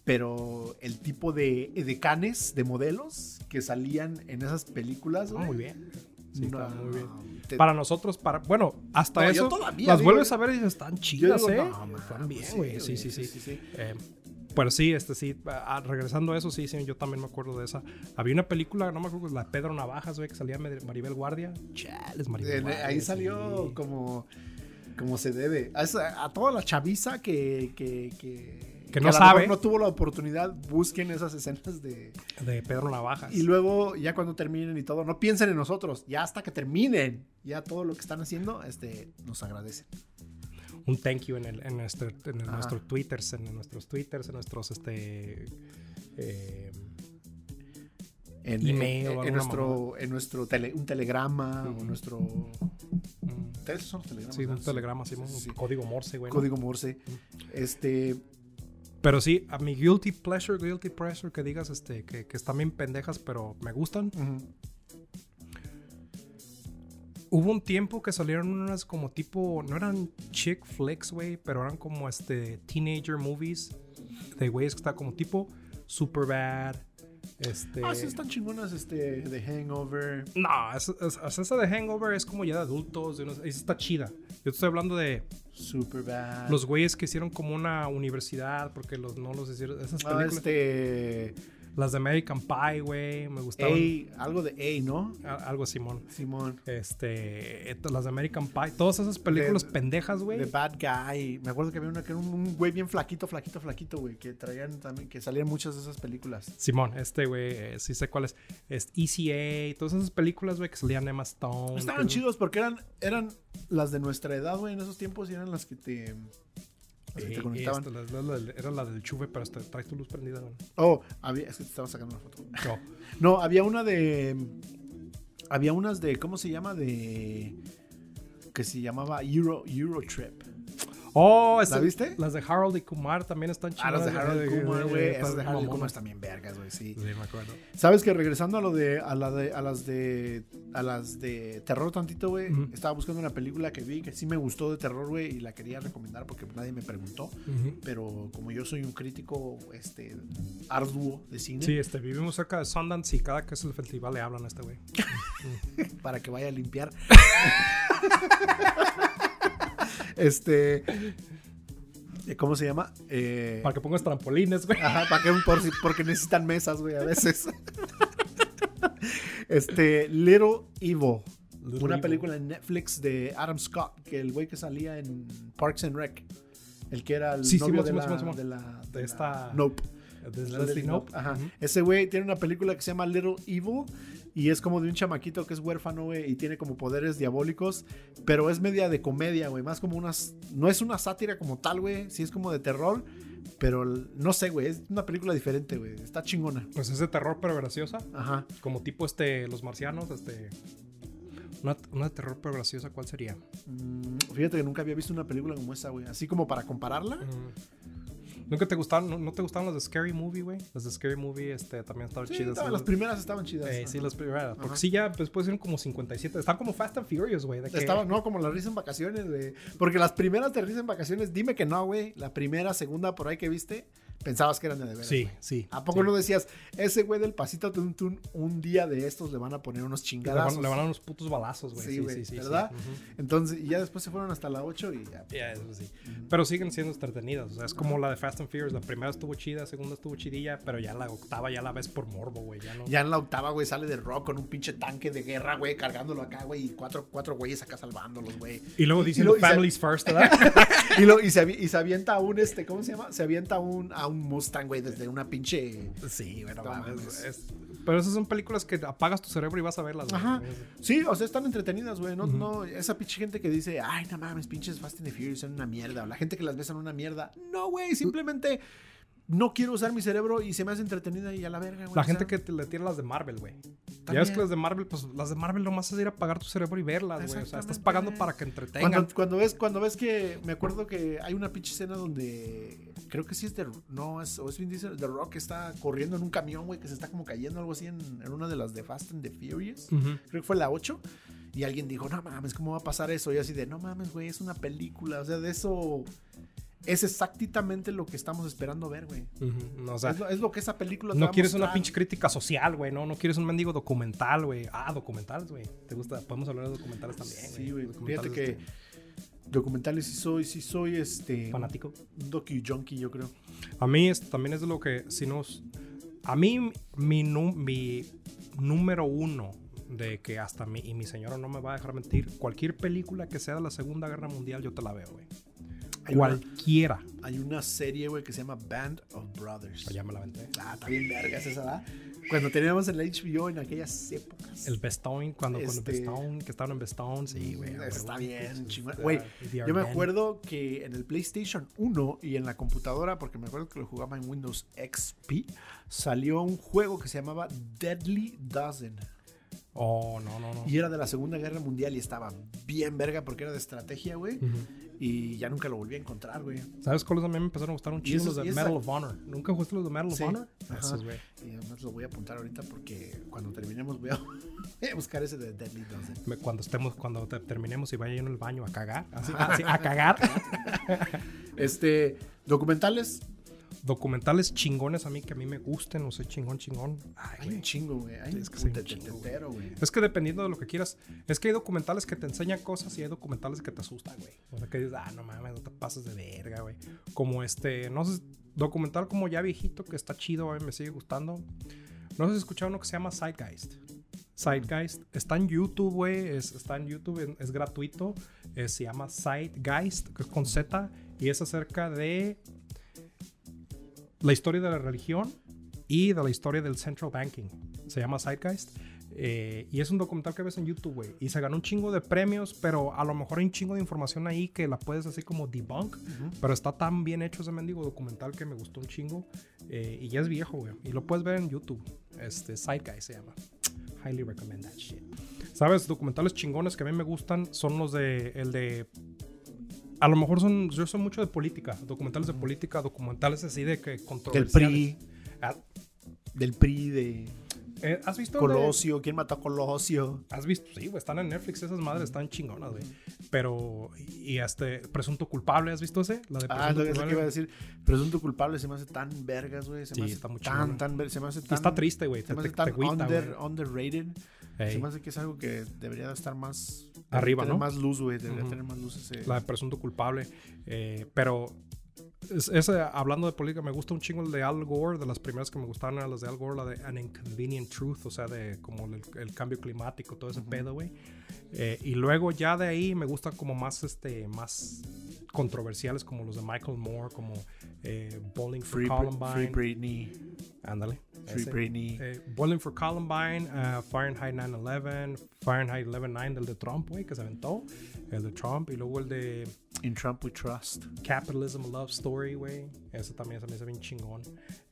[SPEAKER 1] Pero el tipo de edecanes, de modelos que salían en esas películas,
[SPEAKER 2] Ah,
[SPEAKER 1] güey,
[SPEAKER 2] muy bien. Sí,
[SPEAKER 1] no,
[SPEAKER 2] estaba muy bien.
[SPEAKER 1] te-
[SPEAKER 2] Para nosotros, para. Bueno, hasta
[SPEAKER 1] No, yo
[SPEAKER 2] eso.
[SPEAKER 1] todavía
[SPEAKER 2] las
[SPEAKER 1] digo,
[SPEAKER 2] vuelves
[SPEAKER 1] yo-
[SPEAKER 2] a ver y están
[SPEAKER 1] yo
[SPEAKER 2] chidas,
[SPEAKER 1] digo,
[SPEAKER 2] ¿eh?
[SPEAKER 1] no, man,
[SPEAKER 2] Están bien,
[SPEAKER 1] pues
[SPEAKER 2] güey. Sí, sí, sí.
[SPEAKER 1] sí, sí.
[SPEAKER 2] Eh, pero sí, este sí, a- a- regresando a eso, sí, sí, yo también me acuerdo de esa. Había una película, no me acuerdo, la de Pedro Navajas, güey, que salía Med- Maribel Guardia. Chales, Maribel
[SPEAKER 1] En- eh,
[SPEAKER 2] Guardia.
[SPEAKER 1] ahí salió
[SPEAKER 2] sí.
[SPEAKER 1] como, como se debe. A, esa- a toda la chaviza que, que, que,
[SPEAKER 2] no
[SPEAKER 1] a lo mejor
[SPEAKER 2] sabe.
[SPEAKER 1] No tuvo la oportunidad, busquen esas escenas de...
[SPEAKER 2] De Pedro Navajas.
[SPEAKER 1] Y luego ya cuando terminen y todo, no piensen en nosotros, ya hasta que terminen, ya todo lo que están haciendo, este, nos agradecen.
[SPEAKER 2] Un thank you en, el, en, nuestro, en el-
[SPEAKER 1] Ajá.
[SPEAKER 2] nuestro twitters, en nuestros twitters, en nuestros, este. eh,
[SPEAKER 1] En,
[SPEAKER 2] Email
[SPEAKER 1] en, en
[SPEAKER 2] o alguna
[SPEAKER 1] nuestro, en nuestro tele, un telegrama o
[SPEAKER 2] Ujú.
[SPEAKER 1] nuestro...
[SPEAKER 2] mm,
[SPEAKER 1] ¿Esos son los telegramas?
[SPEAKER 2] sí,
[SPEAKER 1] no?
[SPEAKER 2] un telegrama, sí,
[SPEAKER 1] sí,
[SPEAKER 2] un
[SPEAKER 1] sí.
[SPEAKER 2] código Morse, güey. ¿no?
[SPEAKER 1] Código Morse. Este,
[SPEAKER 2] Pero sí, a mi guilty pleasure, guilty pleasure, que digas este, que, que están bien pendejas, pero me gustan.
[SPEAKER 1] ujú,
[SPEAKER 2] Hubo un tiempo que salieron unas como tipo, no eran chick flicks, güey, pero eran como este teenager movies de güeyes que está como tipo super bad. Este.
[SPEAKER 1] Ah, sí, están chingonas, este, de Hangover.
[SPEAKER 2] No, es- es- es- esa de Hangover es como ya de adultos, de unos- esa está chida. Yo te estoy hablando de
[SPEAKER 1] Superbad.
[SPEAKER 2] los güeyes que hicieron como una universidad, porque los no los hicieron. Esas
[SPEAKER 1] Ah,
[SPEAKER 2] películas.
[SPEAKER 1] este.
[SPEAKER 2] Las de American Pie, güey, me gustaban.
[SPEAKER 1] Ey, algo de Ey, ¿no?
[SPEAKER 2] A- Algo Simón.
[SPEAKER 1] Simón.
[SPEAKER 2] Este, et- las de American Pie, todas esas películas
[SPEAKER 1] De-
[SPEAKER 2] pendejas,
[SPEAKER 1] The
[SPEAKER 2] güey.
[SPEAKER 1] Bad Guy. Me acuerdo que había una que era un- un güey bien flaquito, flaquito, flaquito, güey. Que traían también, que salían muchas de esas películas.
[SPEAKER 2] Simón, este güey, eh, sí sé cuál es. Es ECA, todas esas películas, güey, que salían Emma Stone.
[SPEAKER 1] Estaban
[SPEAKER 2] que-
[SPEAKER 1] chidos porque eran, eran las de nuestra edad, güey, en esos tiempos y eran las que te. las que
[SPEAKER 2] Eh,
[SPEAKER 1] te conectaban.
[SPEAKER 2] esta, la- la- la- era la del chuve, pero hasta traes tu luz prendida, güey.
[SPEAKER 1] Oh, había, es que te estaba sacando una foto.
[SPEAKER 2] No.
[SPEAKER 1] No, había una de. Había unas de. ¿Cómo se llama? De. Que se llamaba Euro, Euro Trip.
[SPEAKER 2] Oh,
[SPEAKER 1] ¿La
[SPEAKER 2] este-
[SPEAKER 1] viste?
[SPEAKER 2] Las de Harold y Kumar también están chidas.
[SPEAKER 1] Ah, las de Harold
[SPEAKER 2] güey,
[SPEAKER 1] Kumar, güey.
[SPEAKER 2] están
[SPEAKER 1] Esas de Harold Kumar
[SPEAKER 2] mamonas.
[SPEAKER 1] están bien vergas, güey, sí.
[SPEAKER 2] Sí, me acuerdo.
[SPEAKER 1] Sabes que regresando a lo de a la de a las de a las de terror tantito, güey,
[SPEAKER 2] Ujú.
[SPEAKER 1] estaba buscando una película que vi que sí me gustó de terror, güey, y la quería recomendar porque nadie me preguntó,
[SPEAKER 2] Ujú.
[SPEAKER 1] pero como yo soy un crítico este arduo de cine,
[SPEAKER 2] Sí, este, vivimos cerca de Sundance y cada que es el festival le hablan a este güey.
[SPEAKER 1] para que vaya a limpiar. este eh, ¿cómo se llama? Eh,
[SPEAKER 2] Para que pongas trampolines, güey.
[SPEAKER 1] Ajá, para que por si- porque necesitan mesas, güey, a veces. este Little Evil
[SPEAKER 2] Little
[SPEAKER 1] Una
[SPEAKER 2] Evil.
[SPEAKER 1] película en Netflix de Adam Scott, que el güey que salía en Parks and Rec, el que era el
[SPEAKER 2] Sí, sí,
[SPEAKER 1] novio
[SPEAKER 2] Simón,
[SPEAKER 1] de,
[SPEAKER 2] Simón,
[SPEAKER 1] la,
[SPEAKER 2] Simón, Simón.
[SPEAKER 1] de la- de
[SPEAKER 2] De
[SPEAKER 1] la-
[SPEAKER 2] esta-
[SPEAKER 1] Nope.
[SPEAKER 2] This Leslie Knope.
[SPEAKER 1] Ajá. Ese güey tiene una película que se llama Little Evil y es como de un chamaquito que es huérfano, güey, y tiene como poderes diabólicos, pero es media de comedia, güey, más como unas... No es una sátira como tal, güey, sí es como de terror, pero l- no sé, güey, es una película diferente, güey, está chingona.
[SPEAKER 2] Pues es de terror, pero graciosa.
[SPEAKER 1] Ajá.
[SPEAKER 2] Como tipo este, los marcianos, este. Una, una de terror pero graciosa, ¿cuál sería?
[SPEAKER 1] Mm, fíjate que nunca había visto una película como esa, güey, así como para compararla.
[SPEAKER 2] Mm. ¿Nunca te gustaron, no, no te gustaron las de Scary Movie, güey? Las de Scary Movie, este, también estaban
[SPEAKER 1] Sí,
[SPEAKER 2] chidas.
[SPEAKER 1] estaban- las primeras estaban chidas.
[SPEAKER 2] Eh, sí,
[SPEAKER 1] ajá.
[SPEAKER 2] las primeras. Porque
[SPEAKER 1] Ajá.
[SPEAKER 2] sí, ya después eran como 57. Están como Fast and Furious, güey. de que-
[SPEAKER 1] Estaban, no, como la risa en vacaciones, güey. Porque las primeras de risa en vacaciones, dime que no, güey. La primera, segunda por ahí que viste, pensabas que eran de de veras,
[SPEAKER 2] Sí,
[SPEAKER 1] güey.
[SPEAKER 2] sí.
[SPEAKER 1] ¿A poco
[SPEAKER 2] sí.
[SPEAKER 1] no decías, ese güey del pasito tuntun, un día de estos le van a poner unos
[SPEAKER 2] Le van,
[SPEAKER 1] chingadas?
[SPEAKER 2] le van a unos putos balazos, güey.
[SPEAKER 1] Sí,
[SPEAKER 2] Sí, sí,
[SPEAKER 1] güey,
[SPEAKER 2] sí, sí.
[SPEAKER 1] ¿verdad?
[SPEAKER 2] Ujú.
[SPEAKER 1] Entonces, y ya después se fueron hasta la 8 y ya.
[SPEAKER 2] Ya, eso sí. Pero siguen siendo entretenidas. O sea, es como la de Fast and Furious. La primera estuvo chida, la segunda estuvo chidilla, pero ya la octava ya la ves por morbo, güey. Ya no.
[SPEAKER 1] Ya en la octava, güey, sale de rock con un pinche tanque de guerra, güey, cargándolo acá, güey, y cuatro, cuatro güeyes acá salvándolos, güey.
[SPEAKER 2] Y luego
[SPEAKER 1] Y
[SPEAKER 2] dicen
[SPEAKER 1] luego- y se-
[SPEAKER 2] Families First, ¿verdad?
[SPEAKER 1] Y, lo, y, se, avi- y se avienta a un, este, ¿cómo se llama? Se avienta a un, a un Mustang, güey, desde una pinche...
[SPEAKER 2] sí, bueno,
[SPEAKER 1] No
[SPEAKER 2] mames,
[SPEAKER 1] mames.
[SPEAKER 2] es- Pero esas son películas que apagas tu cerebro y vas a verlas, güey.
[SPEAKER 1] Ajá.
[SPEAKER 2] Es-
[SPEAKER 1] Sí, o sea, están entretenidas, güey. No,
[SPEAKER 2] Ujú.
[SPEAKER 1] no, esa pinche gente que dice, ay, no mames, pinches Fast and the Furious son una mierda. O la gente que las ve son una mierda. No, güey, simplemente no quiero usar mi cerebro y se me hace entretenida y a la verga, güey.
[SPEAKER 2] La
[SPEAKER 1] o
[SPEAKER 2] gente
[SPEAKER 1] sea,
[SPEAKER 2] que te le tira las de Marvel, güey. Ya ves que las de Marvel, pues las de Marvel nomás es ir a pagar tu cerebro y verlas, güey. O sea, estás
[SPEAKER 1] Exactamente.
[SPEAKER 2] pagando para que entretengan.
[SPEAKER 1] Cuando, cuando ves, cuando ves que me acuerdo que hay una pinche escena donde creo que sí es de no es o es Vin Diesel, The Rock está corriendo en un camión, güey, que se está como cayendo algo así en, en una de las de Fast and the Furious.
[SPEAKER 2] Ujú.
[SPEAKER 1] creo que fue la 8. Y alguien dijo, no mames, ¿cómo va a pasar eso? Y yo así de, no mames, güey, es una película. O sea, de eso es exactamente lo que estamos esperando ver, güey.
[SPEAKER 2] Ujú. No, o sea,
[SPEAKER 1] es, lo, es lo que esa película te va
[SPEAKER 2] no
[SPEAKER 1] a
[SPEAKER 2] quieres una
[SPEAKER 1] mostrar.
[SPEAKER 2] pinche crítica social, güey. No, no quieres un mendigo documental, güey. Ah, documentales, güey. ¿Te gusta? Podemos hablar de documentales también,
[SPEAKER 1] Sí, güey. Fíjate
[SPEAKER 2] Documentales,
[SPEAKER 1] que
[SPEAKER 2] este,
[SPEAKER 1] documentales sí soy, sí soy este...
[SPEAKER 2] Fanático.
[SPEAKER 1] Un docu-junkie, yo creo.
[SPEAKER 2] A mí es- también es de lo que, si nos... A mí, mi, nu- mi número uno de que hasta mi, y mi señora no me va a dejar mentir, cualquier película que sea de la Segunda Guerra Mundial, yo te la veo, güey.
[SPEAKER 1] Hay una,
[SPEAKER 2] Cualquiera.
[SPEAKER 1] hay una serie, güey, que se llama Band of Brothers.
[SPEAKER 2] Ya me la aventé.
[SPEAKER 1] Ah, está bien vergas esa, ¿verdad? Cuando teníamos el HBO en aquellas épocas.
[SPEAKER 2] El Bestown, cuando, cuando
[SPEAKER 1] Este-
[SPEAKER 2] Bestown, que estaban en Bestown, sí, güey.
[SPEAKER 1] Eso está
[SPEAKER 2] güey.
[SPEAKER 1] bien, chingón.
[SPEAKER 2] Está-
[SPEAKER 1] Güey,
[SPEAKER 2] The
[SPEAKER 1] Yo me
[SPEAKER 2] Arden.
[SPEAKER 1] acuerdo que en el PlayStation 1 y en la computadora, porque me acuerdo que lo jugaba en Windows XP, salió un juego que se llamaba Deadly Dozen.
[SPEAKER 2] Oh, no, no, no.
[SPEAKER 1] Y era de la Segunda Guerra Mundial y estaba bien verga porque era de estrategia, güey.
[SPEAKER 2] Ujú.
[SPEAKER 1] Y ya nunca lo volví a encontrar, güey.
[SPEAKER 2] ¿Sabes cuáles también me empezaron a gustar un
[SPEAKER 1] Y
[SPEAKER 2] chingo?
[SPEAKER 1] esos-
[SPEAKER 2] Los de
[SPEAKER 1] y esa-
[SPEAKER 2] Medal of Honor. ¿Nunca jugaste los de Medal of
[SPEAKER 1] Sí.
[SPEAKER 2] Honor?
[SPEAKER 1] Ajá.
[SPEAKER 2] Esos, güey.
[SPEAKER 1] Y además lo voy a apuntar ahorita porque cuando terminemos voy a voy a buscar ese de Deadly Dozen.
[SPEAKER 2] Me- Cuando estemos, cuando te- terminemos y vaya yo en el baño a cagar. Así, así, a cagar.
[SPEAKER 1] Este, documentales,
[SPEAKER 2] Documentales chingones a mí que a mí me gusten, no sé, chingón, chingón. Ay,
[SPEAKER 1] hay
[SPEAKER 2] güey.
[SPEAKER 1] un chingo, güey. Hay
[SPEAKER 2] Es que sí,
[SPEAKER 1] un
[SPEAKER 2] un
[SPEAKER 1] te- te-
[SPEAKER 2] chingo, güey.
[SPEAKER 1] tetero, güey.
[SPEAKER 2] Es que dependiendo de lo que quieras, es que hay documentales que te enseñan cosas y hay documentales que te asustan, güey. O sea, que dices, ah, no mames, no te pases de verga, güey. Como este, no sé, documental como ya viejito que está chido, güey, me sigue gustando. No sé si has escuchado uno que se llama Sidegeist. Sidegeist está en YouTube, güey. Es, está en YouTube, en- es, gratuito. eh, se llama Sidegeist, que es con Z, y es acerca de la historia de la religión y de la historia del central banking. Se llama Sidegeist. Eh, y es un documental que ves en YouTube, güey. Y se ganó un chingo de premios, pero a lo mejor hay un chingo de información ahí que la puedes así como debunk. Pero está tan bien hecho ese mendigo documental que me gustó un chingo. eh, y ya es viejo, güey. Y lo puedes ver en YouTube. Este, Sideguy se llama. Highly recommend that shit. ¿Sabes? Documentales chingones que a mí me gustan son los de. El de. A lo mejor son. Yo soy mucho de política. Documentales de política, documentales así de que
[SPEAKER 1] Del
[SPEAKER 2] controversiales.
[SPEAKER 1] PRI,
[SPEAKER 2] Ah,
[SPEAKER 1] del PRI, de
[SPEAKER 2] eh, ¿Has visto? el de-
[SPEAKER 1] Colosio. ¿Quién mató a Colosio?
[SPEAKER 2] ¿Has visto? Sí, güey, están en Netflix, esas madres están chingonas, güey. Pero, y este, Presunto Culpable, ¿has visto ese? La de Presunto
[SPEAKER 1] Ah, es lo que es lo que
[SPEAKER 2] Culpable.
[SPEAKER 1] iba a decir. Presunto culpable se me hace tan vergas, güey. Se
[SPEAKER 2] Sí,
[SPEAKER 1] me hace
[SPEAKER 2] está muy chingona.
[SPEAKER 1] tan, tan, ver- se me hace
[SPEAKER 2] Y
[SPEAKER 1] tan,
[SPEAKER 2] está triste, güey.
[SPEAKER 1] Se
[SPEAKER 2] Te,
[SPEAKER 1] me
[SPEAKER 2] te,
[SPEAKER 1] hace
[SPEAKER 2] te
[SPEAKER 1] tan
[SPEAKER 2] agüita, güey.
[SPEAKER 1] under- underrated.
[SPEAKER 2] Ey.
[SPEAKER 1] Se me hace que es algo que debería de estar más
[SPEAKER 2] Arriba,
[SPEAKER 1] tener
[SPEAKER 2] ¿no?
[SPEAKER 1] más luz, güey. Debería
[SPEAKER 2] Ujú.
[SPEAKER 1] tener más luz ese.
[SPEAKER 2] la de presunto culpable. eh, pero es- ese, hablando de política, me gusta un chingo el de Al Gore. De las primeras que me gustaron eran las de Al Gore, la de An Inconvenient Truth, o sea, de como el, el cambio climático, todo ese pedo, güey. Eh, y luego ya de ahí me gusta como más, este, más controversiales como los de Michael Moore, como eh, Bowling for
[SPEAKER 1] Free, Br- Free
[SPEAKER 2] Columbine.
[SPEAKER 1] Britney.
[SPEAKER 2] Ándale.
[SPEAKER 1] Free
[SPEAKER 2] ese.
[SPEAKER 1] Britney.
[SPEAKER 2] Eh, Bowling for Columbine, ah, Fahrenheit 9-11, Fahrenheit 11-9 del de Trump, güey, que se aventó. El de Trump y luego el de
[SPEAKER 1] In Trump We Trust.
[SPEAKER 2] Capitalism Love Story, güey. Eso también se me hace bien chingón.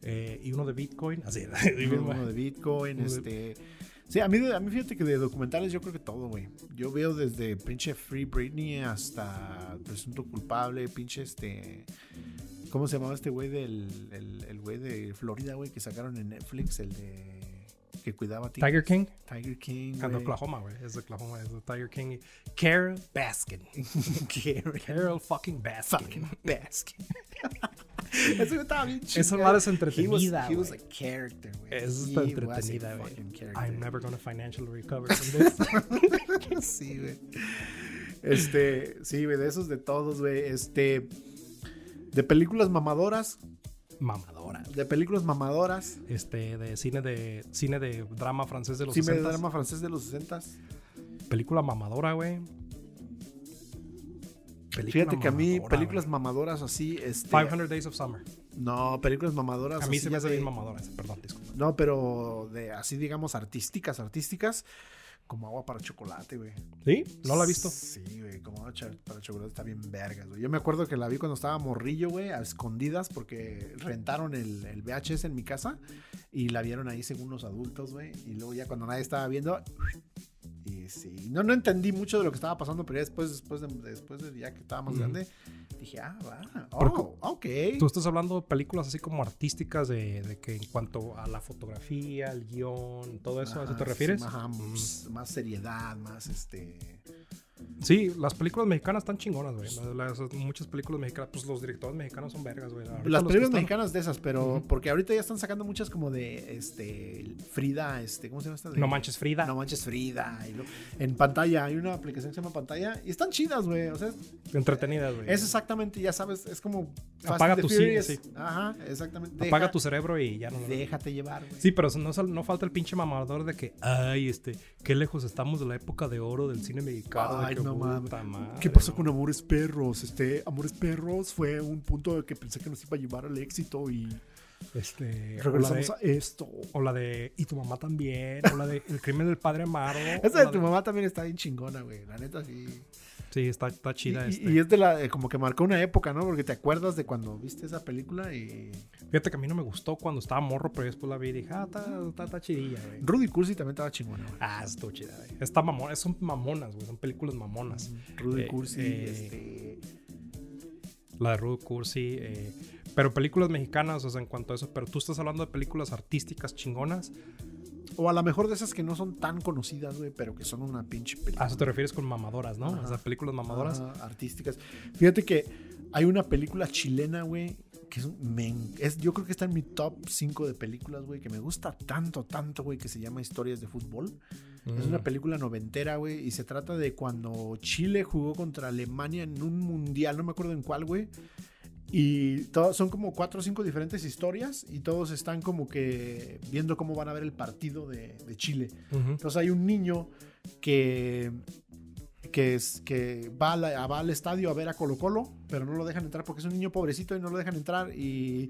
[SPEAKER 2] Eh, y uno de Bitcoin, así.
[SPEAKER 1] Uno de Bitcoin,
[SPEAKER 2] Uno
[SPEAKER 1] este... Sí, a mí, de- a mí fíjate que de documentales yo creo que todo, güey. Yo veo desde pinche Free Britney hasta Presunto Culpable, pinche este... ¿Cómo se llamaba este güey del... El el güey de Florida, güey, que sacaron en Netflix? El de... Que cuidaba a ti.
[SPEAKER 2] Tiger King.
[SPEAKER 1] Tiger King,
[SPEAKER 2] Ah, de
[SPEAKER 1] güey.
[SPEAKER 2] Oklahoma, güey. Es de Oklahoma, es de Tiger King. Carol Baskin.
[SPEAKER 1] Gary
[SPEAKER 2] Carol fucking Baskin.
[SPEAKER 1] fucking Baskin. Ese güey estaba bien chido.
[SPEAKER 2] Esa madre es
[SPEAKER 1] He was,
[SPEAKER 2] entretenida,
[SPEAKER 1] he was a
[SPEAKER 2] güey.
[SPEAKER 1] character, güey.
[SPEAKER 2] Es
[SPEAKER 1] He
[SPEAKER 2] tan
[SPEAKER 1] was a
[SPEAKER 2] entretenida, güey.
[SPEAKER 1] fucking character.
[SPEAKER 2] I'm never gonna financially recover from this.
[SPEAKER 1] Sí, güey. Este, sí, güey, de esos de todos, güey. Este, de películas mamadoras,
[SPEAKER 2] Mamadora.
[SPEAKER 1] de películas mamadoras.
[SPEAKER 2] Este, de cine de, cine de drama francés de los
[SPEAKER 1] Sí, me
[SPEAKER 2] 60s.
[SPEAKER 1] drama francés de los 60
[SPEAKER 2] Película mamadora, güey. Película
[SPEAKER 1] Fíjate que a mí,
[SPEAKER 2] mamadora,
[SPEAKER 1] películas
[SPEAKER 2] güey.
[SPEAKER 1] mamadoras así, este.
[SPEAKER 2] 500 Days of Summer.
[SPEAKER 1] No, películas mamadoras.
[SPEAKER 2] A mí
[SPEAKER 1] así
[SPEAKER 2] se
[SPEAKER 1] Ah,
[SPEAKER 2] me
[SPEAKER 1] ya
[SPEAKER 2] hace
[SPEAKER 1] de-
[SPEAKER 2] bien mamadora esa, perdón, disculpa.
[SPEAKER 1] No, pero de así, digamos, artísticas, artísticas. Como agua para chocolate, güey.
[SPEAKER 2] ¿Sí? ¿No la he visto?
[SPEAKER 1] Sí, güey, como cha- para chocolate está bien vergas, güey. Yo me acuerdo que la vi cuando estaba morrillo, güey, a escondidas, porque rentaron el, el VHS en mi casa y la vieron ahí según los adultos, güey. Y luego ya cuando nadie estaba viendo. Y sí, no, no entendí mucho de lo que estaba pasando, pero ya después, después de, después de ya que estaba más
[SPEAKER 2] Ujú.
[SPEAKER 1] grande, dije, ah, va,
[SPEAKER 2] Pero
[SPEAKER 1] oh, ok.
[SPEAKER 2] Tú estás hablando de películas así como artísticas, de, de que en cuanto a la fotografía, el guión, todo eso, ¿a eso
[SPEAKER 1] Ajá,
[SPEAKER 2] te
[SPEAKER 1] Ah, sí,
[SPEAKER 2] refieres?
[SPEAKER 1] ajá,
[SPEAKER 2] Mm.
[SPEAKER 1] más, más seriedad, más este.
[SPEAKER 2] Sí, las películas mexicanas están chingonas, güey. Las- las- muchas películas mexicanas, pues los directores mexicanos son vergas, güey. Ahorita
[SPEAKER 1] Las
[SPEAKER 2] los que
[SPEAKER 1] películas
[SPEAKER 2] están-
[SPEAKER 1] mexicanas de esas, pero
[SPEAKER 2] Ujú.
[SPEAKER 1] porque ahorita ya están sacando muchas como de este Frida, este, ¿cómo se llama esta? De-
[SPEAKER 2] No manches Frida.
[SPEAKER 1] No manches Frida. y lo- en pantalla, hay una aplicación que se llama pantalla y están chidas, güey. O sea, es-
[SPEAKER 2] Entretenidas, güey.
[SPEAKER 1] es exactamente, ya sabes, es como
[SPEAKER 2] Apaga tu cine,
[SPEAKER 1] Furious.
[SPEAKER 2] sí.
[SPEAKER 1] Ajá, exactamente. Deja-
[SPEAKER 2] Apaga tu cerebro y ya no lo
[SPEAKER 1] Déjate llevar, güey.
[SPEAKER 2] Sí, pero no, sal- no falta el pinche mamador de que, ay, este, qué lejos estamos de la época de oro del cine mexicano. de
[SPEAKER 1] Ay,
[SPEAKER 2] que,
[SPEAKER 1] no mames.
[SPEAKER 2] puta madre,
[SPEAKER 1] ¿Qué pasó
[SPEAKER 2] ¿no?
[SPEAKER 1] con Amores Perros? Este, Amores Perros fue un punto que pensé que nos iba a llevar al éxito y
[SPEAKER 2] Este, o la, de,
[SPEAKER 1] regresamos a esto.
[SPEAKER 2] o la de, y tu mamá también, o la de El crimen del padre Amaro. o
[SPEAKER 1] Esa
[SPEAKER 2] la
[SPEAKER 1] de tu mamá también está bien chingona, güey. La neta, sí.
[SPEAKER 2] Sí, está, está
[SPEAKER 1] Y,
[SPEAKER 2] chida.
[SPEAKER 1] y-
[SPEAKER 2] este.
[SPEAKER 1] y es de la, eh, como que marcó una época, ¿no? Porque te acuerdas de cuando viste esa película y...
[SPEAKER 2] Fíjate que a mí no me gustó cuando estaba morro, pero después la vi y dije, ah, está, está, está chidilla, güey.
[SPEAKER 1] Rudy Cursi también estaba chingona, güey.
[SPEAKER 2] Ah, estuvo chida, güey. Está mamona, son mamonas, güey, son películas mamonas.
[SPEAKER 1] Rudy
[SPEAKER 2] Eh,
[SPEAKER 1] Cursi,
[SPEAKER 2] eh,
[SPEAKER 1] este...
[SPEAKER 2] La de Rudy Cursi, eh, pero películas mexicanas, o sea, en cuanto a eso, pero tú estás hablando de películas artísticas chingonas.
[SPEAKER 1] O a lo mejor de esas que no son tan conocidas, güey, pero que son una pinche película.
[SPEAKER 2] A eso te refieres con mamadoras, ¿no?
[SPEAKER 1] Ajá.
[SPEAKER 2] O sea, películas mamadoras.
[SPEAKER 1] Ajá, artísticas. Fíjate que hay una película chilena, güey, que es, un- me en- es- yo creo que está en mi top 5 de películas, güey, que me gusta tanto, tanto, güey, que se llama Historias de Fútbol. Es una
[SPEAKER 2] Mm.
[SPEAKER 1] película noventera, güey, y se trata de cuando Chile jugó contra Alemania en un mundial, no me acuerdo en cuál, güey. Y todo- son como cuatro o cinco diferentes historias y todos están como que viendo cómo van a ver el partido de, de Chile.
[SPEAKER 2] Ujú.
[SPEAKER 1] Entonces hay un niño que, que, es, que va, a la- va al estadio a ver a Colo Colo, pero no lo dejan entrar porque es un niño pobrecito y no lo dejan entrar y,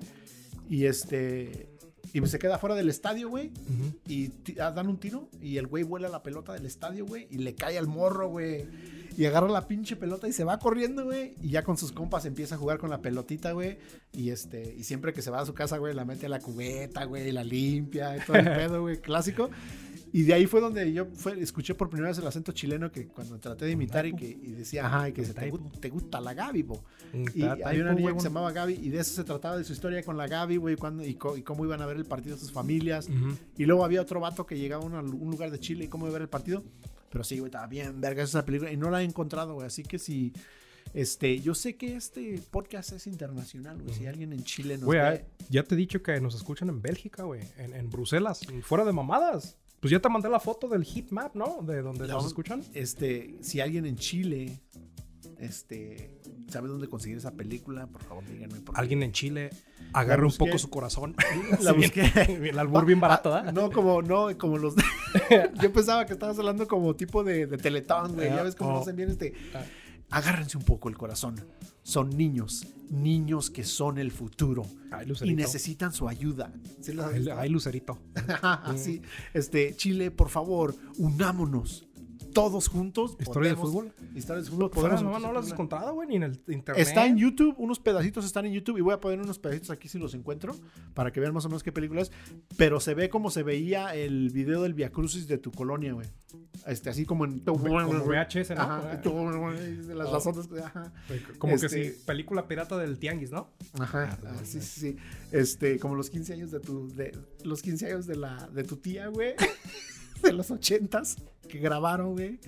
[SPEAKER 1] y este... Y se queda fuera del estadio, güey
[SPEAKER 2] Ujú.
[SPEAKER 1] y ti- ah, dan un tiro y el güey vuela la pelota del estadio, güey, y le cae al morro, güey. Y agarra la pinche pelota y se va corriendo, güey. Y ya con sus compas empieza a jugar con la pelotita, güey. Y este, y siempre que se va a su casa, güey, la mete a la cubeta, güey, y la limpia, y todo el pedo, güey, clásico. Y de ahí fue donde yo fue- escuché por primera vez el acento chileno que cuando traté de imitar y que y decía, ajá, y que se, te, gu- te gusta la Gaby, po. Y
[SPEAKER 2] Ta- ta-
[SPEAKER 1] hay una niña
[SPEAKER 2] po,
[SPEAKER 1] que
[SPEAKER 2] huevón.
[SPEAKER 1] se llamaba Gaby y de eso se trataba de su historia con la Gaby, güey, cuando- y, co- y cómo iban a ver el partido sus familias.
[SPEAKER 2] Ujú.
[SPEAKER 1] Y luego había otro vato que llegaba a una- un lugar de Chile y cómo iba a ver el partido. Pero sí, güey, estaba bien verga esa película y no la he encontrado, güey. Así que si. Este, yo sé que este podcast es internacional, güey. Si alguien en Chile nos
[SPEAKER 2] Güey,
[SPEAKER 1] ve.
[SPEAKER 2] ah, ya te he dicho que nos escuchan en Bélgica, güey, en, en Bruselas, fuera de mamadas. Pues ya te mandé la foto del heat map, ¿no? De donde
[SPEAKER 1] La-
[SPEAKER 2] nos escuchan.
[SPEAKER 1] Este, si alguien en Chile. Este. ¿Sabe dónde conseguir esa película? Por favor, díganme. porque-
[SPEAKER 2] Alguien en Chile agarra
[SPEAKER 1] La
[SPEAKER 2] un
[SPEAKER 1] busqué.
[SPEAKER 2] poco su corazón.
[SPEAKER 1] La
[SPEAKER 2] Sí, bien-
[SPEAKER 1] busqué.
[SPEAKER 2] bien, El albur bien barato,
[SPEAKER 1] Ah,
[SPEAKER 2] ¿eh? ¿verdad?
[SPEAKER 1] No, como, no, como los. yo pensaba que estabas hablando como tipo de, de Teletón, güey.
[SPEAKER 2] Ah,
[SPEAKER 1] ya ves cómo
[SPEAKER 2] oh.
[SPEAKER 1] hacen bien este.
[SPEAKER 2] Ah.
[SPEAKER 1] agárrense un poco el corazón. Son niños, niños que son el futuro
[SPEAKER 2] Ay,
[SPEAKER 1] y
[SPEAKER 2] Lucerito.
[SPEAKER 1] necesitan su ayuda. ¿Sí lo has
[SPEAKER 2] Ay,
[SPEAKER 1] visto?
[SPEAKER 2] ay, Lucerito.
[SPEAKER 1] Así, este, Chile, por favor, unámonos todos juntos.
[SPEAKER 2] ¿Historia de
[SPEAKER 1] podemos-
[SPEAKER 2] fútbol?
[SPEAKER 1] Historias de fútbol.
[SPEAKER 2] Fuera,
[SPEAKER 1] podemos
[SPEAKER 2] no, no lo has encontrado, güey, ni en el internet.
[SPEAKER 1] Está en YouTube, unos pedacitos están en YouTube y voy a poner unos pedacitos aquí si los encuentro para que vean más o menos qué película es. Pero se ve como se veía el video del Via Crucis de tu colonia, güey. Este, así como en.
[SPEAKER 2] Como VHS, ¿no? Ah. Oh.
[SPEAKER 1] Ajá, las, las ondas, ajá.
[SPEAKER 2] Como
[SPEAKER 1] Este-
[SPEAKER 2] que sí, película pirata del tianguis, ¿no?
[SPEAKER 1] Ajá,
[SPEAKER 2] Ah,
[SPEAKER 1] ah, sí, sí, sí. Este, como los 15 años de tu, de, los 15 años de la, de tu tía, güey. De los ochentas que grabaron, güey.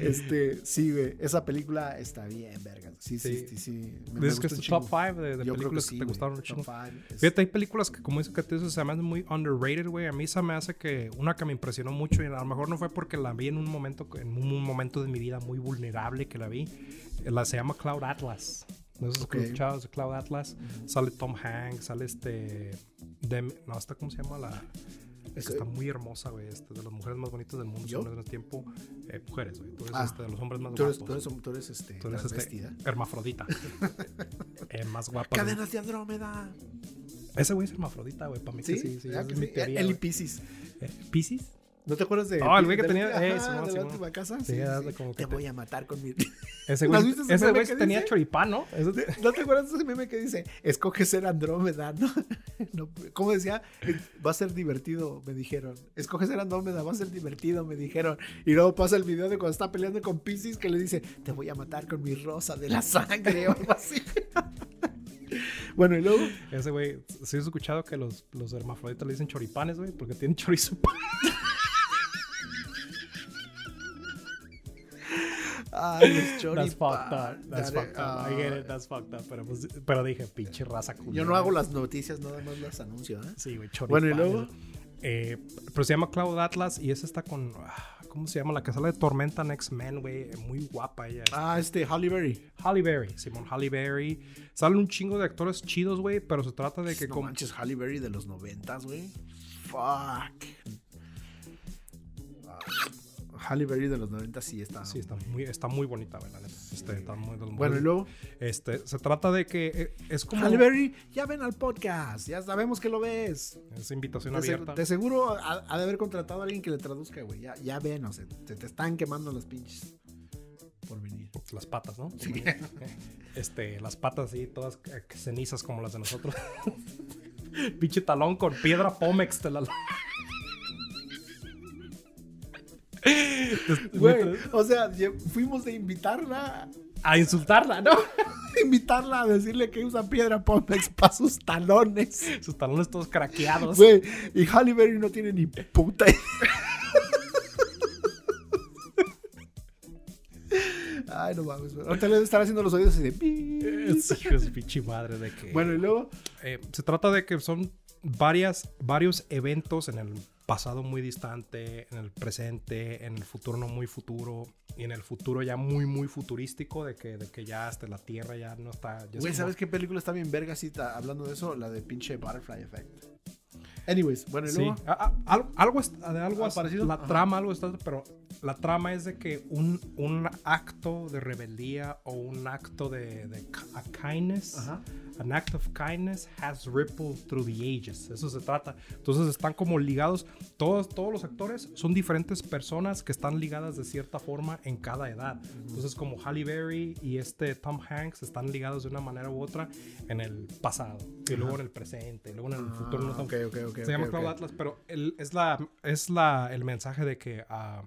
[SPEAKER 1] Este, sí, güey. Esa película está bien, verga. Sí, sí,
[SPEAKER 2] Sí.
[SPEAKER 1] sí, sí. Me- me gusta
[SPEAKER 2] Dices
[SPEAKER 1] un
[SPEAKER 2] que es tu
[SPEAKER 1] chingo.
[SPEAKER 2] top 5 de, de
[SPEAKER 1] Yo creo
[SPEAKER 2] películas que,
[SPEAKER 1] sí,
[SPEAKER 2] te
[SPEAKER 1] güey.
[SPEAKER 2] gustaron un
[SPEAKER 1] Top
[SPEAKER 2] chingo.
[SPEAKER 1] five, es-
[SPEAKER 2] Fíjate, hay películas que como dice que te- se me hacen muy underrated, güey. A mí se me hace que una que me impresionó mucho y a lo mejor no fue porque la vi en un momento, en un momento de mi vida muy vulnerable que la vi. eh, La se llama Cloud Atlas. No sé si
[SPEAKER 1] Ok.
[SPEAKER 2] has escuchado de Cloud Atlas. Sale Tom Hanks, sale este... Dem- no, esta cómo se llama la... Es que
[SPEAKER 1] Ok.
[SPEAKER 2] está muy hermosa, güey. Este, de las mujeres más bonitas del mundo,
[SPEAKER 1] Este. ¿Yo?
[SPEAKER 2] según en el tiempo. Eh, mujeres, güey. Tú eres
[SPEAKER 1] Ah.
[SPEAKER 2] este, de los hombres más
[SPEAKER 1] Tú eres,
[SPEAKER 2] guapos.
[SPEAKER 1] tú eres, tú eres, este,
[SPEAKER 2] Tú eres, este,
[SPEAKER 1] transvestida.
[SPEAKER 2] hermafrodita. Eh, más guapa. güey.
[SPEAKER 1] Cadenas de Andrómeda.
[SPEAKER 2] Ese güey es hermafrodita, güey. Para mí
[SPEAKER 1] Sí,
[SPEAKER 2] que sí, sí.
[SPEAKER 1] ¿verdad
[SPEAKER 2] esa
[SPEAKER 1] que
[SPEAKER 2] es mi
[SPEAKER 1] sí?
[SPEAKER 2] teoría,
[SPEAKER 1] El y
[SPEAKER 2] güey.
[SPEAKER 1] Piscis.
[SPEAKER 2] Eh, ¿Piscis?
[SPEAKER 1] ¿No te acuerdas de.?
[SPEAKER 2] Ah, el güey que
[SPEAKER 1] de-
[SPEAKER 2] tenía-
[SPEAKER 1] ajá,
[SPEAKER 2] eh, Simón,
[SPEAKER 1] de la
[SPEAKER 2] Simón.
[SPEAKER 1] última casa.
[SPEAKER 2] Sí, hazle como que
[SPEAKER 1] Te
[SPEAKER 2] te-
[SPEAKER 1] voy a matar con mi.
[SPEAKER 2] Ese
[SPEAKER 1] ¿Las
[SPEAKER 2] güey,
[SPEAKER 1] viste ese
[SPEAKER 2] ese
[SPEAKER 1] meme
[SPEAKER 2] güey
[SPEAKER 1] que
[SPEAKER 2] tenía
[SPEAKER 1] dice?
[SPEAKER 2] choripán, ¿no? Ese-
[SPEAKER 1] ¿No te acuerdas de ese meme que dice, escoge ser Andrómeda, no? No, ¿Cómo decía? Va a ser divertido, me dijeron. Escoge ser Andrómeda, va a ser divertido, me dijeron. Y luego pasa el video de cuando está peleando con Pisces que le dice, te voy a matar con mi rosa de la sangre o algo así. bueno, y luego...
[SPEAKER 2] Ese güey, sí has escuchado que los, los hermafroditas le dicen choripanes, güey, porque tienen chorizo.
[SPEAKER 1] Ay, los
[SPEAKER 2] That's fucked
[SPEAKER 1] choripan,
[SPEAKER 2] up. That's
[SPEAKER 1] dare-
[SPEAKER 2] fucked up. I get it, that's fucked up. Pero, pues, pero dije, pinche raza
[SPEAKER 1] Ay,
[SPEAKER 2] culera.
[SPEAKER 1] Yo no hago las noticias, nada más las anuncio, ¿eh?
[SPEAKER 2] Sí, güey,
[SPEAKER 1] Bueno,
[SPEAKER 2] choripanes.
[SPEAKER 1] ¿y luego?
[SPEAKER 2] Eh, pero se llama Cloud Atlas y esa está con. ah, ¿Cómo se llama? La que sale de Tormenta Next Man, güey. Muy guapa ella.
[SPEAKER 1] Ah, este, Halle Berry.
[SPEAKER 2] Halle Berry, Simón Halle Berry. Salen un chingo de actores chidos, güey, pero se trata de que.
[SPEAKER 1] Pues no
[SPEAKER 2] como-
[SPEAKER 1] manches, Halle Berry de los noventas, güey. Ah, Fuck. Halle Berry de los noventas sí está.
[SPEAKER 2] Ah, Sí, está muy, está muy bonita, güey, la neta. Este, está muy,
[SPEAKER 1] Bueno, y luego,
[SPEAKER 2] Este, se trata de que eh, es como
[SPEAKER 1] Halle Berry, ya ven al podcast, ya sabemos que lo ves.
[SPEAKER 2] es invitación
[SPEAKER 1] De, se-
[SPEAKER 2] abierta.
[SPEAKER 1] de seguro ha, ha de haber contratado a alguien que le traduzca, güey. Ya, ya ven, o sea, te, te están quemando las pinches por venir.
[SPEAKER 2] Las patas, ¿no? Este, las patas así, todas eh, cenizas como las de nosotros. Pinche talón con piedra Pomex te la.
[SPEAKER 1] Güey, o sea, lle- fuimos de invitarla,
[SPEAKER 2] A insultarla, ¿no?
[SPEAKER 1] de invitarla a decirle que usa piedra Pomex para sus talones.
[SPEAKER 2] Sus talones todos craqueados.
[SPEAKER 1] Güey, y Halle Berry no tiene ni puta idea. Ay, no mames. güey. Ahorita le deben estar haciendo los oídos así de... pi.
[SPEAKER 2] Es hijo de su pinche madre de que.
[SPEAKER 1] Bueno, y luego...
[SPEAKER 2] Eh, se trata de que son varias, varios eventos en el pasado muy distante, en el presente, en el futuro no muy futuro, y en el futuro ya muy, muy futurístico, de que, de que ya hasta la Tierra ya no está... ya es
[SPEAKER 1] Güey,
[SPEAKER 2] como-
[SPEAKER 1] ¿sabes qué película está bien vergasita hablando de eso? La de pinche Butterfly Effect. Anyways, bueno, y
[SPEAKER 2] Sí.
[SPEAKER 1] luego...
[SPEAKER 2] A- a- al- algo es- de algo
[SPEAKER 1] Ah,
[SPEAKER 2] es-
[SPEAKER 1] parecido.
[SPEAKER 2] La
[SPEAKER 1] Ajá.
[SPEAKER 2] trama, algo está, pero la trama es de que un, un acto de rebeldía o un acto de, de k- a kindness,
[SPEAKER 1] Ajá.
[SPEAKER 2] an act of kindness has rippled through the ages. Eso se trata. Entonces están como ligados, todos, todos los actores son diferentes personas que están ligadas de cierta forma en cada edad. Entonces como Halle Berry y este Tom Hanks están ligados de una manera u otra en el pasado, y luego en el presente, y luego en el futuro. No
[SPEAKER 1] Ah,
[SPEAKER 2] tan-
[SPEAKER 1] ok, ok, ok,
[SPEAKER 2] se llama
[SPEAKER 1] ok,
[SPEAKER 2] Cloud
[SPEAKER 1] ok.
[SPEAKER 2] Atlas, pero el- es, la, es la, el mensaje de que ah,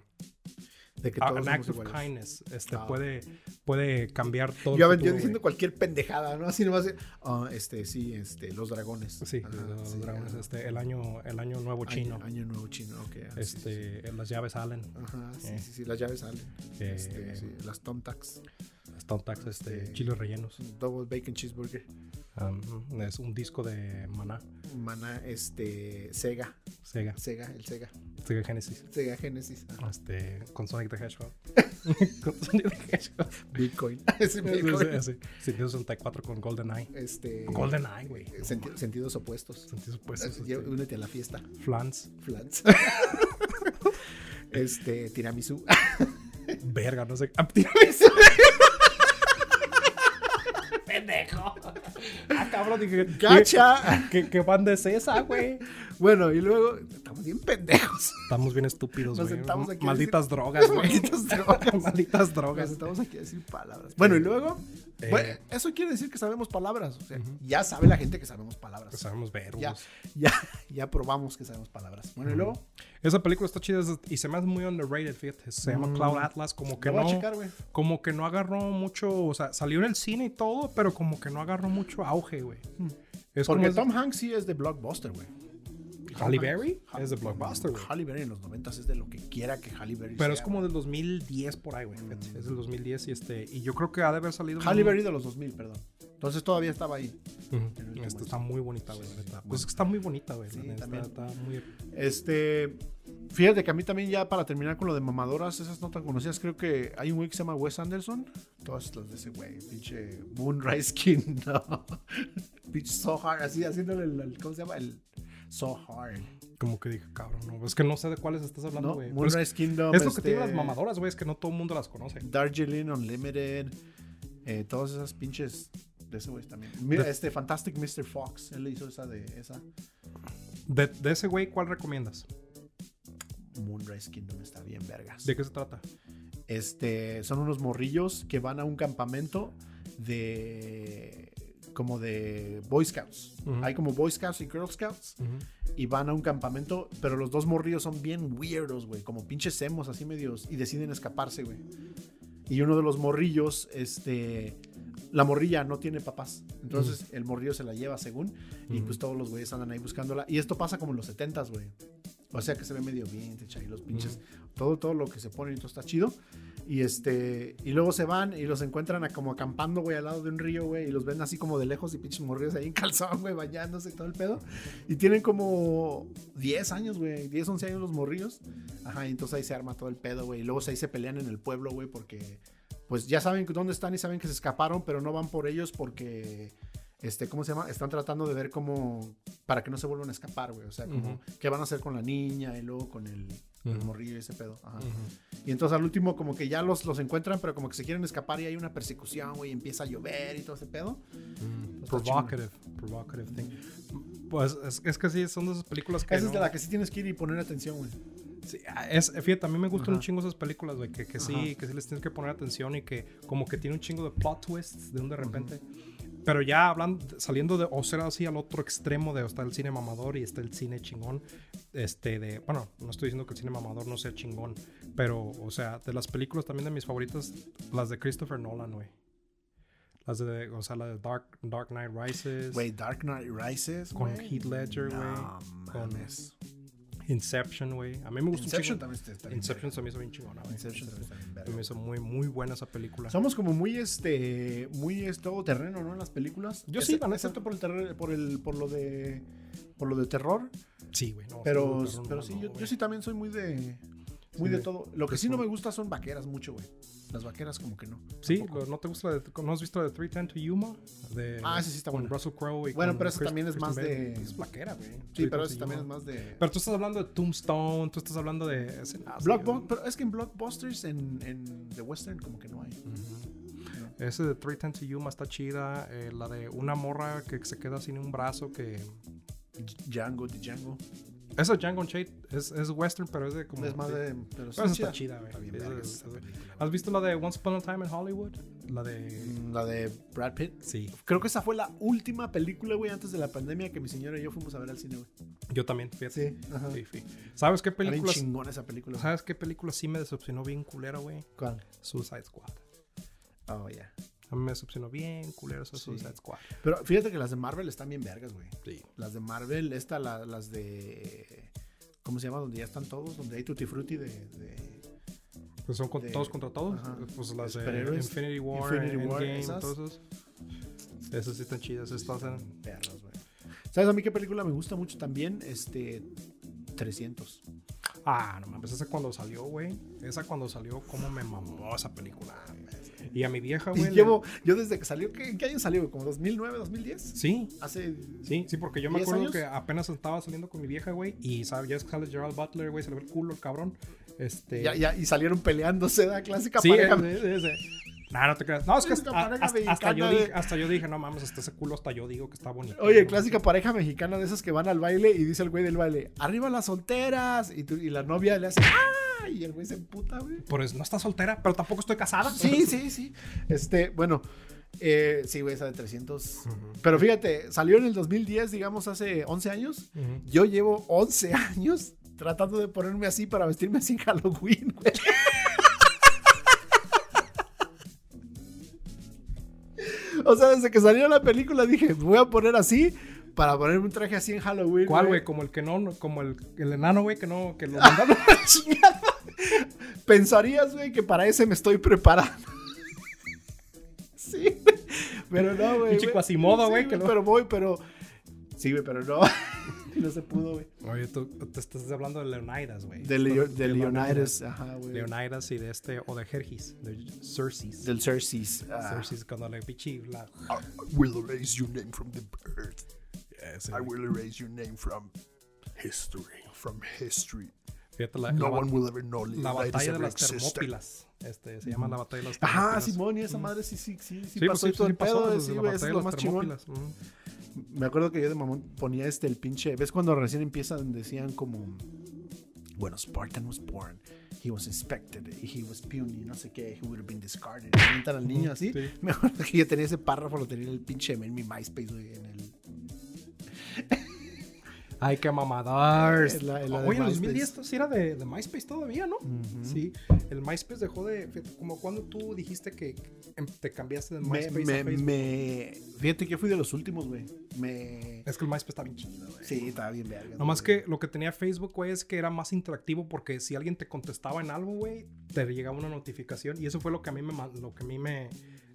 [SPEAKER 1] De que
[SPEAKER 2] a-
[SPEAKER 1] todos
[SPEAKER 2] Ah, an
[SPEAKER 1] somos
[SPEAKER 2] act of
[SPEAKER 1] iguales.
[SPEAKER 2] kindness este,
[SPEAKER 1] Ah.
[SPEAKER 2] puede, puede cambiar todo. el
[SPEAKER 1] Yo, a ver, yo
[SPEAKER 2] futuro, güey.
[SPEAKER 1] diciendo cualquier pendejada, ¿no? Así nomás... de, ah, este, sí, este, los dragones.
[SPEAKER 2] Sí,
[SPEAKER 1] Ajá,
[SPEAKER 2] los
[SPEAKER 1] sí, ah.
[SPEAKER 2] dragones,
[SPEAKER 1] ajá.
[SPEAKER 2] este, el, año, el año nuevo
[SPEAKER 1] Año-
[SPEAKER 2] chino.
[SPEAKER 1] Año, nuevo chino, ok. ah, sí, sí, sí.
[SPEAKER 2] este, Las llaves salen.
[SPEAKER 1] Ajá, sí,
[SPEAKER 2] Eh.
[SPEAKER 1] sí, sí, las llaves salen.
[SPEAKER 2] Eh.
[SPEAKER 1] Este, sí, las Tomtax,
[SPEAKER 2] Las Thumbtacks, este,
[SPEAKER 1] Este-
[SPEAKER 2] chiles rellenos.
[SPEAKER 1] Double Bacon Cheeseburger,
[SPEAKER 2] Um, es un disco de Maná,
[SPEAKER 1] Mana, este, Sega,
[SPEAKER 2] Sega,
[SPEAKER 1] Sega, el Sega,
[SPEAKER 2] Sega Genesis.
[SPEAKER 1] Sega Genesis, ajá,
[SPEAKER 2] Este, con Sonic the Hedgehog. con Sonic the Hedgehog.
[SPEAKER 1] Bitcoin, ese Bitcoin,
[SPEAKER 2] Sí, sí, sí. 64 con GoldenEye.
[SPEAKER 1] este,
[SPEAKER 2] GoldenEye, güey.
[SPEAKER 1] eh, senti- sentidos opuestos.
[SPEAKER 2] Sentí supuestos,
[SPEAKER 1] Ya,
[SPEAKER 2] este,
[SPEAKER 1] Únete a la fiesta,
[SPEAKER 2] Flans.
[SPEAKER 1] Flans. este, tiramisú.
[SPEAKER 2] Ah, Verga, no sé. Ah, cabrón, dije. ¿qué-
[SPEAKER 1] ¡Cacha!
[SPEAKER 2] ¿Qué, qué banda es esa, güey?
[SPEAKER 1] Bueno, y luego estamos bien pendejos.
[SPEAKER 2] Estamos bien estúpidos,
[SPEAKER 1] Nos
[SPEAKER 2] güey.
[SPEAKER 1] sentamos aquí a
[SPEAKER 2] Malditas drogas, güey.
[SPEAKER 1] Malditas drogas.
[SPEAKER 2] Malditas
[SPEAKER 1] Nos
[SPEAKER 2] drogas.
[SPEAKER 1] estamos aquí a decir palabras. Bueno, y luego.
[SPEAKER 2] Eh.
[SPEAKER 1] Bueno, eso quiere decir que sabemos palabras. O sea, ya sabe la gente que sabemos palabras.
[SPEAKER 2] Sabemos verbos.
[SPEAKER 1] ya, ya, ya probamos que sabemos palabras. Bueno, y luego.
[SPEAKER 2] Esa película está chida es- y se me hace muy underrated, fíjate. Se llama Cloud Atlas, como que
[SPEAKER 1] lo Mm. voy a
[SPEAKER 2] no.
[SPEAKER 1] checar, güey.
[SPEAKER 2] Como que no agarró mucho. O sea, salió en el cine y todo, pero como que no agarró mucho auge, güey.
[SPEAKER 1] Mm.
[SPEAKER 2] Es como.
[SPEAKER 1] Porque
[SPEAKER 2] es-
[SPEAKER 1] Tom Hanks sí es de blockbuster, güey.
[SPEAKER 2] Halle
[SPEAKER 1] Tom Hanks-
[SPEAKER 2] Berry
[SPEAKER 1] Ha-
[SPEAKER 2] es de blockbuster, güey.
[SPEAKER 1] Halle Berry en los 90 es de lo que quiera que Halle Berry sea,
[SPEAKER 2] Pero es como
[SPEAKER 1] güey.
[SPEAKER 2] del 2010 por ahí, güey. fíjate. Es del 2010 y este. Y yo creo que ha de haber salido.
[SPEAKER 1] Halle
[SPEAKER 2] un-
[SPEAKER 1] Berry de los 2000, perdón. Entonces todavía estaba ahí.
[SPEAKER 2] Ujú.
[SPEAKER 1] El último
[SPEAKER 2] Esta
[SPEAKER 1] es-
[SPEAKER 2] está muy bonita, güey, la neta. Pues es que está muy bonita, güey. la
[SPEAKER 1] Sí,
[SPEAKER 2] neta,
[SPEAKER 1] también.
[SPEAKER 2] Está, muy.
[SPEAKER 1] Este. Fíjate que a mí también, ya para terminar con lo de mamadoras, esas no tan conocidas, creo que hay un güey que se llama Wes Anderson. Todas las de ese güey, pinche Moonrise King, no. Pinche So Hard, así haciéndole el, el- ¿Cómo se llama? El So Hard.
[SPEAKER 2] Como que dije, cabrón, no. Es que no sé de cuáles estás hablando,
[SPEAKER 1] ¿no?
[SPEAKER 2] güey. Pero es-
[SPEAKER 1] Moonrise Kingdom.
[SPEAKER 2] es lo que tienen
[SPEAKER 1] este,
[SPEAKER 2] las mamadoras, güey. Es que no todo el mundo las conoce.
[SPEAKER 1] Darjeeling Unlimited. eh, todas esas pinches de ese güey también. Mi-
[SPEAKER 2] De-
[SPEAKER 1] Este Fantastic Mr. Fox. Él hizo esa de esa.
[SPEAKER 2] De, de ese güey, ¿cuál recomiendas?
[SPEAKER 1] Moonrise Kingdom está bien, vergas.
[SPEAKER 2] ¿De qué se trata?
[SPEAKER 1] Este, son unos morrillos que van a un campamento de. como de Boy Scouts.
[SPEAKER 2] Ujú.
[SPEAKER 1] Hay como Boy Scouts y Girl Scouts. Y van a un campamento, pero los dos morrillos son bien weirdos, güey. Como pinches hemos, así medios. Y deciden escaparse, güey. Y uno de los morrillos, este. La morrilla no tiene papás. Entonces el morrillo se la lleva según. Y
[SPEAKER 2] Ujú.
[SPEAKER 1] pues todos los güeyes andan ahí buscándola. Y esto pasa como en los 70 güey. O sea que se ve medio vintage ahí los pinches. Todo, todo lo que se pone y todo está chido. Y este. Y luego se van y los encuentran a- como acampando, güey, al lado de un río, güey. Y los ven así como de lejos y pinches morrillos ahí en calzón, güey, bañándose y todo el pedo. Y tienen como 10 años, güey. 10, 11 años los morrillos. Ajá, y entonces ahí se arma todo el pedo, güey. Y luego ahí se pelean en el pueblo, güey, porque. Pues ya saben dónde están y saben que se escaparon, pero no van por ellos porque. Este, ¿cómo se llama? Están tratando de ver cómo. Para que no se vuelvan a escapar, güey. O sea, como.
[SPEAKER 2] Ujú.
[SPEAKER 1] ¿Qué van a hacer con la niña? Y luego con el, el
[SPEAKER 2] Ujú.
[SPEAKER 1] morrillo y ese pedo.
[SPEAKER 2] Ah.
[SPEAKER 1] Ajá. Y entonces al último como que ya los, los encuentran, pero como que se quieren escapar y hay una persecución, güey, y empieza a llover y todo ese pedo.
[SPEAKER 2] Mm,
[SPEAKER 1] Está
[SPEAKER 2] Provocative. Provocative thing. Pues es, es que sí, son de esas películas que.
[SPEAKER 1] Esa es de
[SPEAKER 2] no-
[SPEAKER 1] la que sí tienes que ir y poner atención, güey.
[SPEAKER 2] Sí, ah, es, fíjate, a mí me gustan un
[SPEAKER 1] Ajá.
[SPEAKER 2] chingo esas películas, güey, que, que sí,
[SPEAKER 1] Ajá.
[SPEAKER 2] que sí les tienes que poner atención y que como que tiene un chingo de plot twists de un de repente. Pero ya hablando, saliendo de, o ser así al otro extremo de, está el cine mamador y está el cine chingón, este, de, bueno, no estoy diciendo que el cine mamador no sea chingón, pero, o sea, de las películas también de mis favoritas, las de Christopher Nolan, güey. Las de, o sea, la de Dark, Dark Knight Rises,
[SPEAKER 1] Güey, Dark Knight Rises.
[SPEAKER 2] Con
[SPEAKER 1] güey.
[SPEAKER 2] Heath Ledger,
[SPEAKER 1] No
[SPEAKER 2] güey. Con-
[SPEAKER 1] mames.
[SPEAKER 2] Inception, güey. A mí me gusta
[SPEAKER 1] Inception
[SPEAKER 2] un chingo.
[SPEAKER 1] también está- está bien
[SPEAKER 2] Inception
[SPEAKER 1] verga.
[SPEAKER 2] se me hizo bien chingona, güey.
[SPEAKER 1] Inception también está bien
[SPEAKER 2] Se
[SPEAKER 1] verga.
[SPEAKER 2] me hizo muy, muy buena esa película.
[SPEAKER 1] Somos como muy este muy es todo terreno, ¿no? En las películas.
[SPEAKER 2] Yo sí,
[SPEAKER 1] Exce-
[SPEAKER 2] la neta.
[SPEAKER 1] excepto por el terror, por el por lo de por lo de terror,
[SPEAKER 2] Sí, güey. no,
[SPEAKER 1] pero
[SPEAKER 2] sí,
[SPEAKER 1] pero
[SPEAKER 2] no,
[SPEAKER 1] sí
[SPEAKER 2] no,
[SPEAKER 1] yo, yo
[SPEAKER 2] güey.
[SPEAKER 1] sí también soy muy de muy de
[SPEAKER 2] Sí, güey.
[SPEAKER 1] todo. Lo que
[SPEAKER 2] Pues
[SPEAKER 1] sí no
[SPEAKER 2] por-
[SPEAKER 1] me gusta son vaqueras mucho, güey. Las vaqueras como que no.
[SPEAKER 2] Sí,
[SPEAKER 1] tampoco.
[SPEAKER 2] lo- ¿no te gusta la de, ¿no has visto la de 310 to Yuma? De,
[SPEAKER 1] Ah, esa sí está
[SPEAKER 2] con
[SPEAKER 1] buena.
[SPEAKER 2] Russell Crowe y
[SPEAKER 1] Bueno,
[SPEAKER 2] con
[SPEAKER 1] pero esa
[SPEAKER 2] Chris-
[SPEAKER 1] también es
[SPEAKER 2] Kristen
[SPEAKER 1] más
[SPEAKER 2] Bell.
[SPEAKER 1] de-
[SPEAKER 2] Es plaquera, güey.
[SPEAKER 1] Sí, pero
[SPEAKER 2] 310
[SPEAKER 1] eso
[SPEAKER 2] to
[SPEAKER 1] también es
[SPEAKER 2] Yuma.
[SPEAKER 1] más de.
[SPEAKER 2] Pero tú estás hablando de Tombstone, tú estás hablando de... ese- ah, sí,
[SPEAKER 1] Blockbu-
[SPEAKER 2] güey.
[SPEAKER 1] pero es que en blockbusters en, en The Western como que no hay.
[SPEAKER 2] Ujú. Ese de 310 to Yuma está chida. eh, la de una morra que se queda sin un brazo que...
[SPEAKER 1] Django, de Django.
[SPEAKER 2] Esa Django Unchained es, es western, pero es de como...
[SPEAKER 1] es más
[SPEAKER 2] sí.
[SPEAKER 1] de. Pero sí
[SPEAKER 2] Pero esa
[SPEAKER 1] chida.
[SPEAKER 2] está chida, güey.
[SPEAKER 1] Pues Está bien
[SPEAKER 2] Esa-
[SPEAKER 1] verga
[SPEAKER 2] esa-
[SPEAKER 1] esa película,
[SPEAKER 2] ¿Has visto la de Once Upon a Time in Hollywood? La de...
[SPEAKER 1] güey. Mm, La de Brad Pitt.
[SPEAKER 2] Sí.
[SPEAKER 1] Creo que esa fue la última película, güey, antes de la pandemia que mi señora y yo fuimos a ver al cine, güey.
[SPEAKER 2] Yo también, fíjate.
[SPEAKER 1] Ajá.
[SPEAKER 2] Sí, sí. ¿Sabes qué
[SPEAKER 1] Está bien
[SPEAKER 2] película?
[SPEAKER 1] chingona esa película. güey.
[SPEAKER 2] ¿Sabes qué película sí me decepcionó bien culero, güey?
[SPEAKER 1] ¿Cuál?
[SPEAKER 2] Suicide Squad.
[SPEAKER 1] Oh, ya.
[SPEAKER 2] A mí me decepcionó bien culero esa
[SPEAKER 1] Sí.
[SPEAKER 2] Suicide Squad.
[SPEAKER 1] Pero fíjate que las de Marvel están bien vergas, güey.
[SPEAKER 2] Sí.
[SPEAKER 1] Las de Marvel, esta, la- las de. ¿Cómo se llama? Donde ya están todos, donde hay Tutti Frutti de. de-
[SPEAKER 2] Pues son con-
[SPEAKER 1] De-
[SPEAKER 2] todos contra todos.
[SPEAKER 1] ajá.
[SPEAKER 2] Pues las de
[SPEAKER 1] Superhéroes.
[SPEAKER 2] Infinity War,
[SPEAKER 1] Infinity War,
[SPEAKER 2] Endgame,
[SPEAKER 1] esas.
[SPEAKER 2] todos esos. Esas sí están chidas. Estas en...
[SPEAKER 1] Perros, güey. ¿Sabes a mí qué película me gusta mucho también? Este. 300.
[SPEAKER 2] Ah, no mames. Esa cuando salió, güey. Esa cuando salió, cómo me mamó esa película. Y a mi vieja,
[SPEAKER 1] Y
[SPEAKER 2] güey. le-
[SPEAKER 1] llevo. Yo desde que salió. ¿qué, en ¿Qué año salió? ¿Como 2009, 2010?
[SPEAKER 2] Sí,
[SPEAKER 1] Hace.
[SPEAKER 2] Sí, sí, porque yo me
[SPEAKER 1] ¿Diez
[SPEAKER 2] acuerdo
[SPEAKER 1] años?
[SPEAKER 2] que apenas estaba saliendo con mi vieja, güey, y sabías que sale Gerald Butler, güey, se le ve el culo el cabrón. Este.
[SPEAKER 1] Ya, ya, y salieron peleándose, da clásica
[SPEAKER 2] sí, eh,
[SPEAKER 1] pareja.
[SPEAKER 2] es- es- es- No, no te creas. No, es que hasta,
[SPEAKER 1] Clásica pareja
[SPEAKER 2] hasta- hasta
[SPEAKER 1] mexicana
[SPEAKER 2] yo
[SPEAKER 1] de-
[SPEAKER 2] dije, hasta yo dije, no mames, hasta ese culo, hasta yo digo que está bonito.
[SPEAKER 1] Oye,
[SPEAKER 2] ¿no?
[SPEAKER 1] clásica pareja mexicana de esas que van al baile y dice el güey del baile, arriba las solteras. Y, tú- y la novia le hace, ¡ah! Y el güey se emputa, güey.
[SPEAKER 2] Por eso, no está soltera, pero tampoco estoy casada.
[SPEAKER 1] Sí, sí, sí. Este, bueno, eh, sí, güey, esa de 300.
[SPEAKER 2] Ujú.
[SPEAKER 1] Pero fíjate, salió en el 2010, digamos, hace 11 años.
[SPEAKER 2] Ujú.
[SPEAKER 1] Yo llevo 11 años tratando de ponerme así para vestirme así en Halloween, güey. O sea, desde que salió la película dije, "Me voy a poner así para ponerme un traje así en Halloween.
[SPEAKER 2] ¿Cuál, güey? Como el que no, no- como el, el enano, güey, que no, que lo mandaron.
[SPEAKER 1] Chingada. Pensarías, güey, que para ese me estoy preparando. sí, güey. pero no, güey.
[SPEAKER 2] Un chico
[SPEAKER 1] güey.
[SPEAKER 2] Asimodo,
[SPEAKER 1] Sí,
[SPEAKER 2] güey, que no-
[SPEAKER 1] Pero voy, pero. Sí, güey, pero no. no se pudo, güey.
[SPEAKER 2] Oye, tú te estás hablando de Leonidas, güey.
[SPEAKER 1] De, Leo- de Leonidas, ajá, güey.
[SPEAKER 2] Leonidas y de este, o de Jerjes, de Cersei.
[SPEAKER 1] Del Cersei's. ah.
[SPEAKER 2] Cersei cuando le pichi la...
[SPEAKER 3] I will erase your name from the earth.
[SPEAKER 2] Ese,
[SPEAKER 3] I
[SPEAKER 2] güey.
[SPEAKER 3] will erase your name from history. From history.
[SPEAKER 2] Fíjate, la,
[SPEAKER 3] No
[SPEAKER 2] la-
[SPEAKER 3] one will ever know
[SPEAKER 2] la
[SPEAKER 3] Leonidas
[SPEAKER 2] batalla de
[SPEAKER 3] ever
[SPEAKER 2] las
[SPEAKER 3] existed.
[SPEAKER 2] Termópilas. Este, se llama la batalla de las Termópilas.
[SPEAKER 1] Ajá, Simón y esa madre sí, sí, sí, sí,
[SPEAKER 2] Sí, pues
[SPEAKER 1] pasó
[SPEAKER 2] sí,
[SPEAKER 1] todo
[SPEAKER 2] sí
[SPEAKER 1] el
[SPEAKER 2] pasó,
[SPEAKER 1] pedo,
[SPEAKER 2] desde
[SPEAKER 1] sí,
[SPEAKER 2] la
[SPEAKER 1] güey,
[SPEAKER 2] batalla
[SPEAKER 1] eso
[SPEAKER 2] de
[SPEAKER 1] es lo
[SPEAKER 2] las
[SPEAKER 1] más chingón.
[SPEAKER 2] Termópilas, ujú.
[SPEAKER 1] Me acuerdo que yo de mamón ponía este, el pinche, ¿ves cuando recién empiezan? Decían como, bueno, Spartan was born, he was inspected, he was puny, no sé qué, he would have been discarded. Preguntan al niño así.
[SPEAKER 2] sí.
[SPEAKER 1] Me acuerdo que yo tenía ese párrafo, lo tenía en el pinche, en mi MySpace, güey, en el...
[SPEAKER 2] Ay, qué mamadars.
[SPEAKER 1] Es la- es la de
[SPEAKER 2] Oye, ah, en el
[SPEAKER 1] MySpace.
[SPEAKER 2] 2010 esto sí era de, de MySpace todavía, ¿no? Sí. El MySpace dejó de. fíjate, Como cuando tú dijiste que em- te cambiaste de
[SPEAKER 1] Me,
[SPEAKER 2] MySpace
[SPEAKER 1] me,
[SPEAKER 2] a Facebook.
[SPEAKER 1] me- fíjate que yo fui de los últimos, güey. Me...
[SPEAKER 2] Es que el MySpace está bien chido, güey.
[SPEAKER 1] Sí, estaba bien verga.
[SPEAKER 2] Nomás
[SPEAKER 1] güey.
[SPEAKER 2] que lo que tenía Facebook, güey, es que era más interactivo porque si alguien te contestaba en algo, güey, te llegaba una notificación y eso fue lo que a mí me, ma- lo que a mí me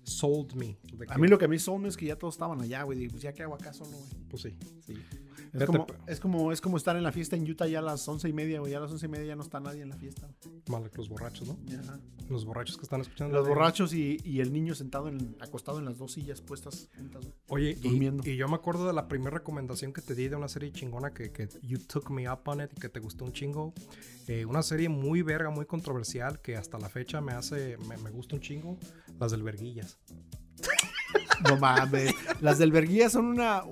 [SPEAKER 2] sold me. de
[SPEAKER 1] A
[SPEAKER 2] que,
[SPEAKER 1] mí lo que me hizo uno es que ya todos estaban allá, güey. Digo, pues ya qué hago acá solo, güey.
[SPEAKER 2] Pues sí, sí.
[SPEAKER 1] Es
[SPEAKER 2] Fíjate,
[SPEAKER 1] como,
[SPEAKER 2] pero-
[SPEAKER 1] es, como, es como estar en la fiesta en Utah ya a las once y media, güey. Ya a las once y media ya no está nadie en la fiesta.
[SPEAKER 2] Mal que los borrachos, ¿no?
[SPEAKER 1] güey.
[SPEAKER 2] Los borrachos que están escuchando.
[SPEAKER 1] Los
[SPEAKER 2] la-
[SPEAKER 1] borrachos y, y el niño sentado, en, acostado en las dos sillas puestas juntas, güey.
[SPEAKER 2] Oye, y,
[SPEAKER 1] durmiendo.
[SPEAKER 2] y yo me acuerdo de la primera recomendación que te di de una serie chingona que, que you took me up on it y que te gustó un chingo. Eh, una serie muy verga, muy controversial que hasta la fecha me hace, me, me gusta un chingo. Las del Verguillas.
[SPEAKER 1] No mames. las del Berguía son una.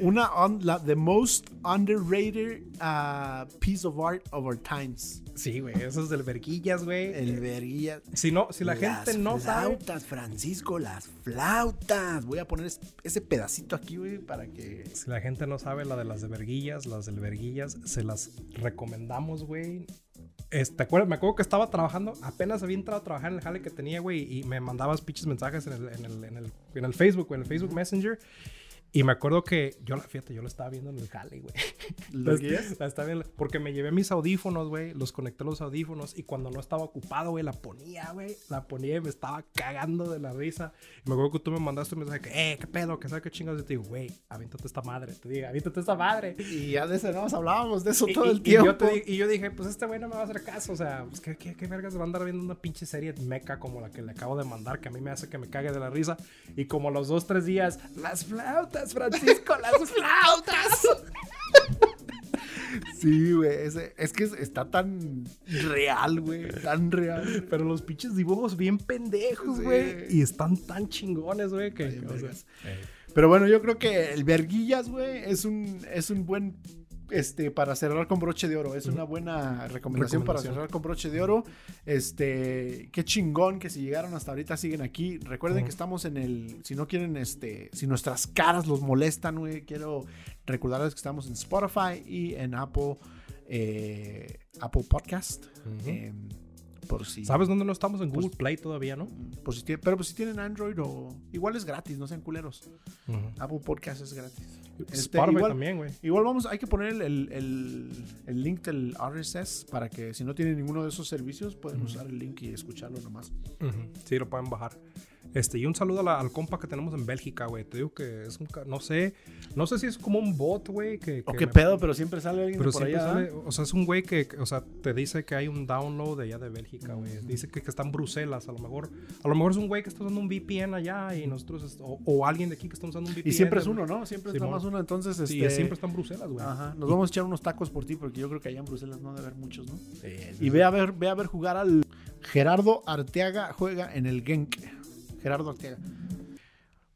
[SPEAKER 1] una un- la- the most underrated uh, piece of art of our times.
[SPEAKER 2] Sí, güey, esas del Verguillas, güey. Eh,
[SPEAKER 1] El Berguía.
[SPEAKER 2] Si, no, si la gente no sabe.
[SPEAKER 1] flautas, Francisco, las flautas. Voy a poner es- ese pedacito aquí, güey, para que.
[SPEAKER 2] Si la gente no sabe la de las de verguillas, las del verguillas, se las recomendamos, güey. Es- ¿Te acuerdas? Me acuerdo que estaba trabajando, apenas había entrado a trabajar en el jale que tenía, güey, y me mandabas pinches mensajes en el, en el, en el, en el Facebook, güey, en el Facebook Messenger. Y me acuerdo que yo la fíjate, yo la estaba viendo en el jale, güey.
[SPEAKER 1] ¿Berguías?
[SPEAKER 2] La estaba viendo- porque me llevé mis audífonos, güey, los conecté a los audífonos y cuando no estaba ocupado, güey, la ponía, güey, la ponía y me estaba cagando de la risa. Y me acuerdo que tú me mandaste un mensaje que, eh, qué pedo, que sabe qué chingados. Y te digo, güey, aviéntate esta madre, te digo, aviéntate esta madre.
[SPEAKER 1] Y ya de eso nos hablábamos de eso
[SPEAKER 2] Y-
[SPEAKER 1] todo
[SPEAKER 2] y-
[SPEAKER 1] el
[SPEAKER 2] y yo
[SPEAKER 1] tiempo.
[SPEAKER 2] te di- Y yo, dije, pues este güey no me va a hacer caso. O sea, pues, ¿qué, qué, qué vergas va a andar viendo una pinche serie meca como la que le acabo de mandar, que a mí me hace que me cague de la risa. Y como a los dos, tres días, las flautas, Francisco, las flautas.
[SPEAKER 1] Sí, güey. ese- Es, que es- está tan real, güey. Tan real.
[SPEAKER 2] Pero los pinches dibujos bien pendejos,
[SPEAKER 1] Sí.
[SPEAKER 2] güey. Y están tan chingones, güey, que...
[SPEAKER 1] Bien
[SPEAKER 2] o sea,
[SPEAKER 1] vergas. Pero bueno, yo creo que el Verguillas, güey, es un, es un buen. Este, para cerrar con broche de oro. Es una buena recomendación, para
[SPEAKER 2] Recomendación.
[SPEAKER 1] cerrar con broche de oro. Este, qué chingón que si llegaron hasta ahorita siguen aquí. Recuerden
[SPEAKER 2] Ujú.
[SPEAKER 1] que estamos en el. Si no quieren, este. Si nuestras caras los molestan, güey. Quiero recordarles que estamos en Spotify y en Apple. eh, Apple Podcast.
[SPEAKER 2] Ujú.
[SPEAKER 1] eh, por si.
[SPEAKER 2] ¿Sabes dónde no estamos? En
[SPEAKER 1] Pues-
[SPEAKER 2] Google Play todavía, ¿no?
[SPEAKER 1] Por si tie- pero pues si tienen Android o. Igual es gratis, no sean culeros.
[SPEAKER 2] Ujú.
[SPEAKER 1] Apple Podcast es gratis. Este,
[SPEAKER 2] Spotify
[SPEAKER 1] igual,
[SPEAKER 2] también, güey.
[SPEAKER 1] igual vamos, hay que poner el, el- el- el link del RSS para que si no tienen ninguno de esos servicios pueden usar el link y escucharlo nomás.
[SPEAKER 2] Ujú, Sí, lo pueden bajar. Este, y un saludo a la- al compa que tenemos en Bélgica, güey. Te digo que es un... ca- No sé, no sé si es como un bot, güey. Que, que
[SPEAKER 1] O qué
[SPEAKER 2] me-
[SPEAKER 1] pedo, pero siempre sale alguien
[SPEAKER 2] Pero
[SPEAKER 1] por
[SPEAKER 2] siempre
[SPEAKER 1] allá.
[SPEAKER 2] sale, o sea, es un güey que, que, o sea, te dice que hay un download de allá de Bélgica, güey. Dice que, que está en Bruselas, a lo mejor. A lo mejor es un güey que está usando un VPN allá y nosotros, es- o, o alguien de aquí que está usando un VPN.
[SPEAKER 1] Y siempre es
[SPEAKER 2] de-
[SPEAKER 1] uno, ¿no? Siempre es nada
[SPEAKER 2] Simón.
[SPEAKER 1] más uno, entonces
[SPEAKER 2] Sí,
[SPEAKER 1] este,
[SPEAKER 2] siempre está en Bruselas, güey.
[SPEAKER 1] ajá, nos vamos a echar unos tacos por ti porque yo creo que allá en Bruselas no debe haber muchos, ¿no?
[SPEAKER 2] Sí, sí,
[SPEAKER 1] Y
[SPEAKER 2] sí.
[SPEAKER 1] ve a ver, ve a ver jugar al Gerardo Arteaga juega en el Genk. Gerardo Arteaga.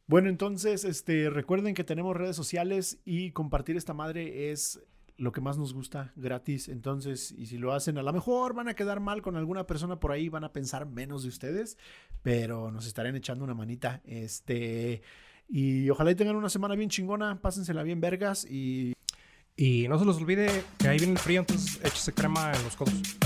[SPEAKER 1] Bueno, entonces, este, recuerden que tenemos redes sociales y compartir esta madre es lo que más nos gusta, gratis. Entonces, y si lo hacen, a lo mejor van a quedar mal con alguna persona por ahí, van a pensar menos de ustedes, pero nos estarán echando una manita. Este, y ojalá y tengan una semana bien chingona, pásensela bien vergas y
[SPEAKER 2] Y no se les olvide que ahí viene el frío, entonces échese crema en los codos.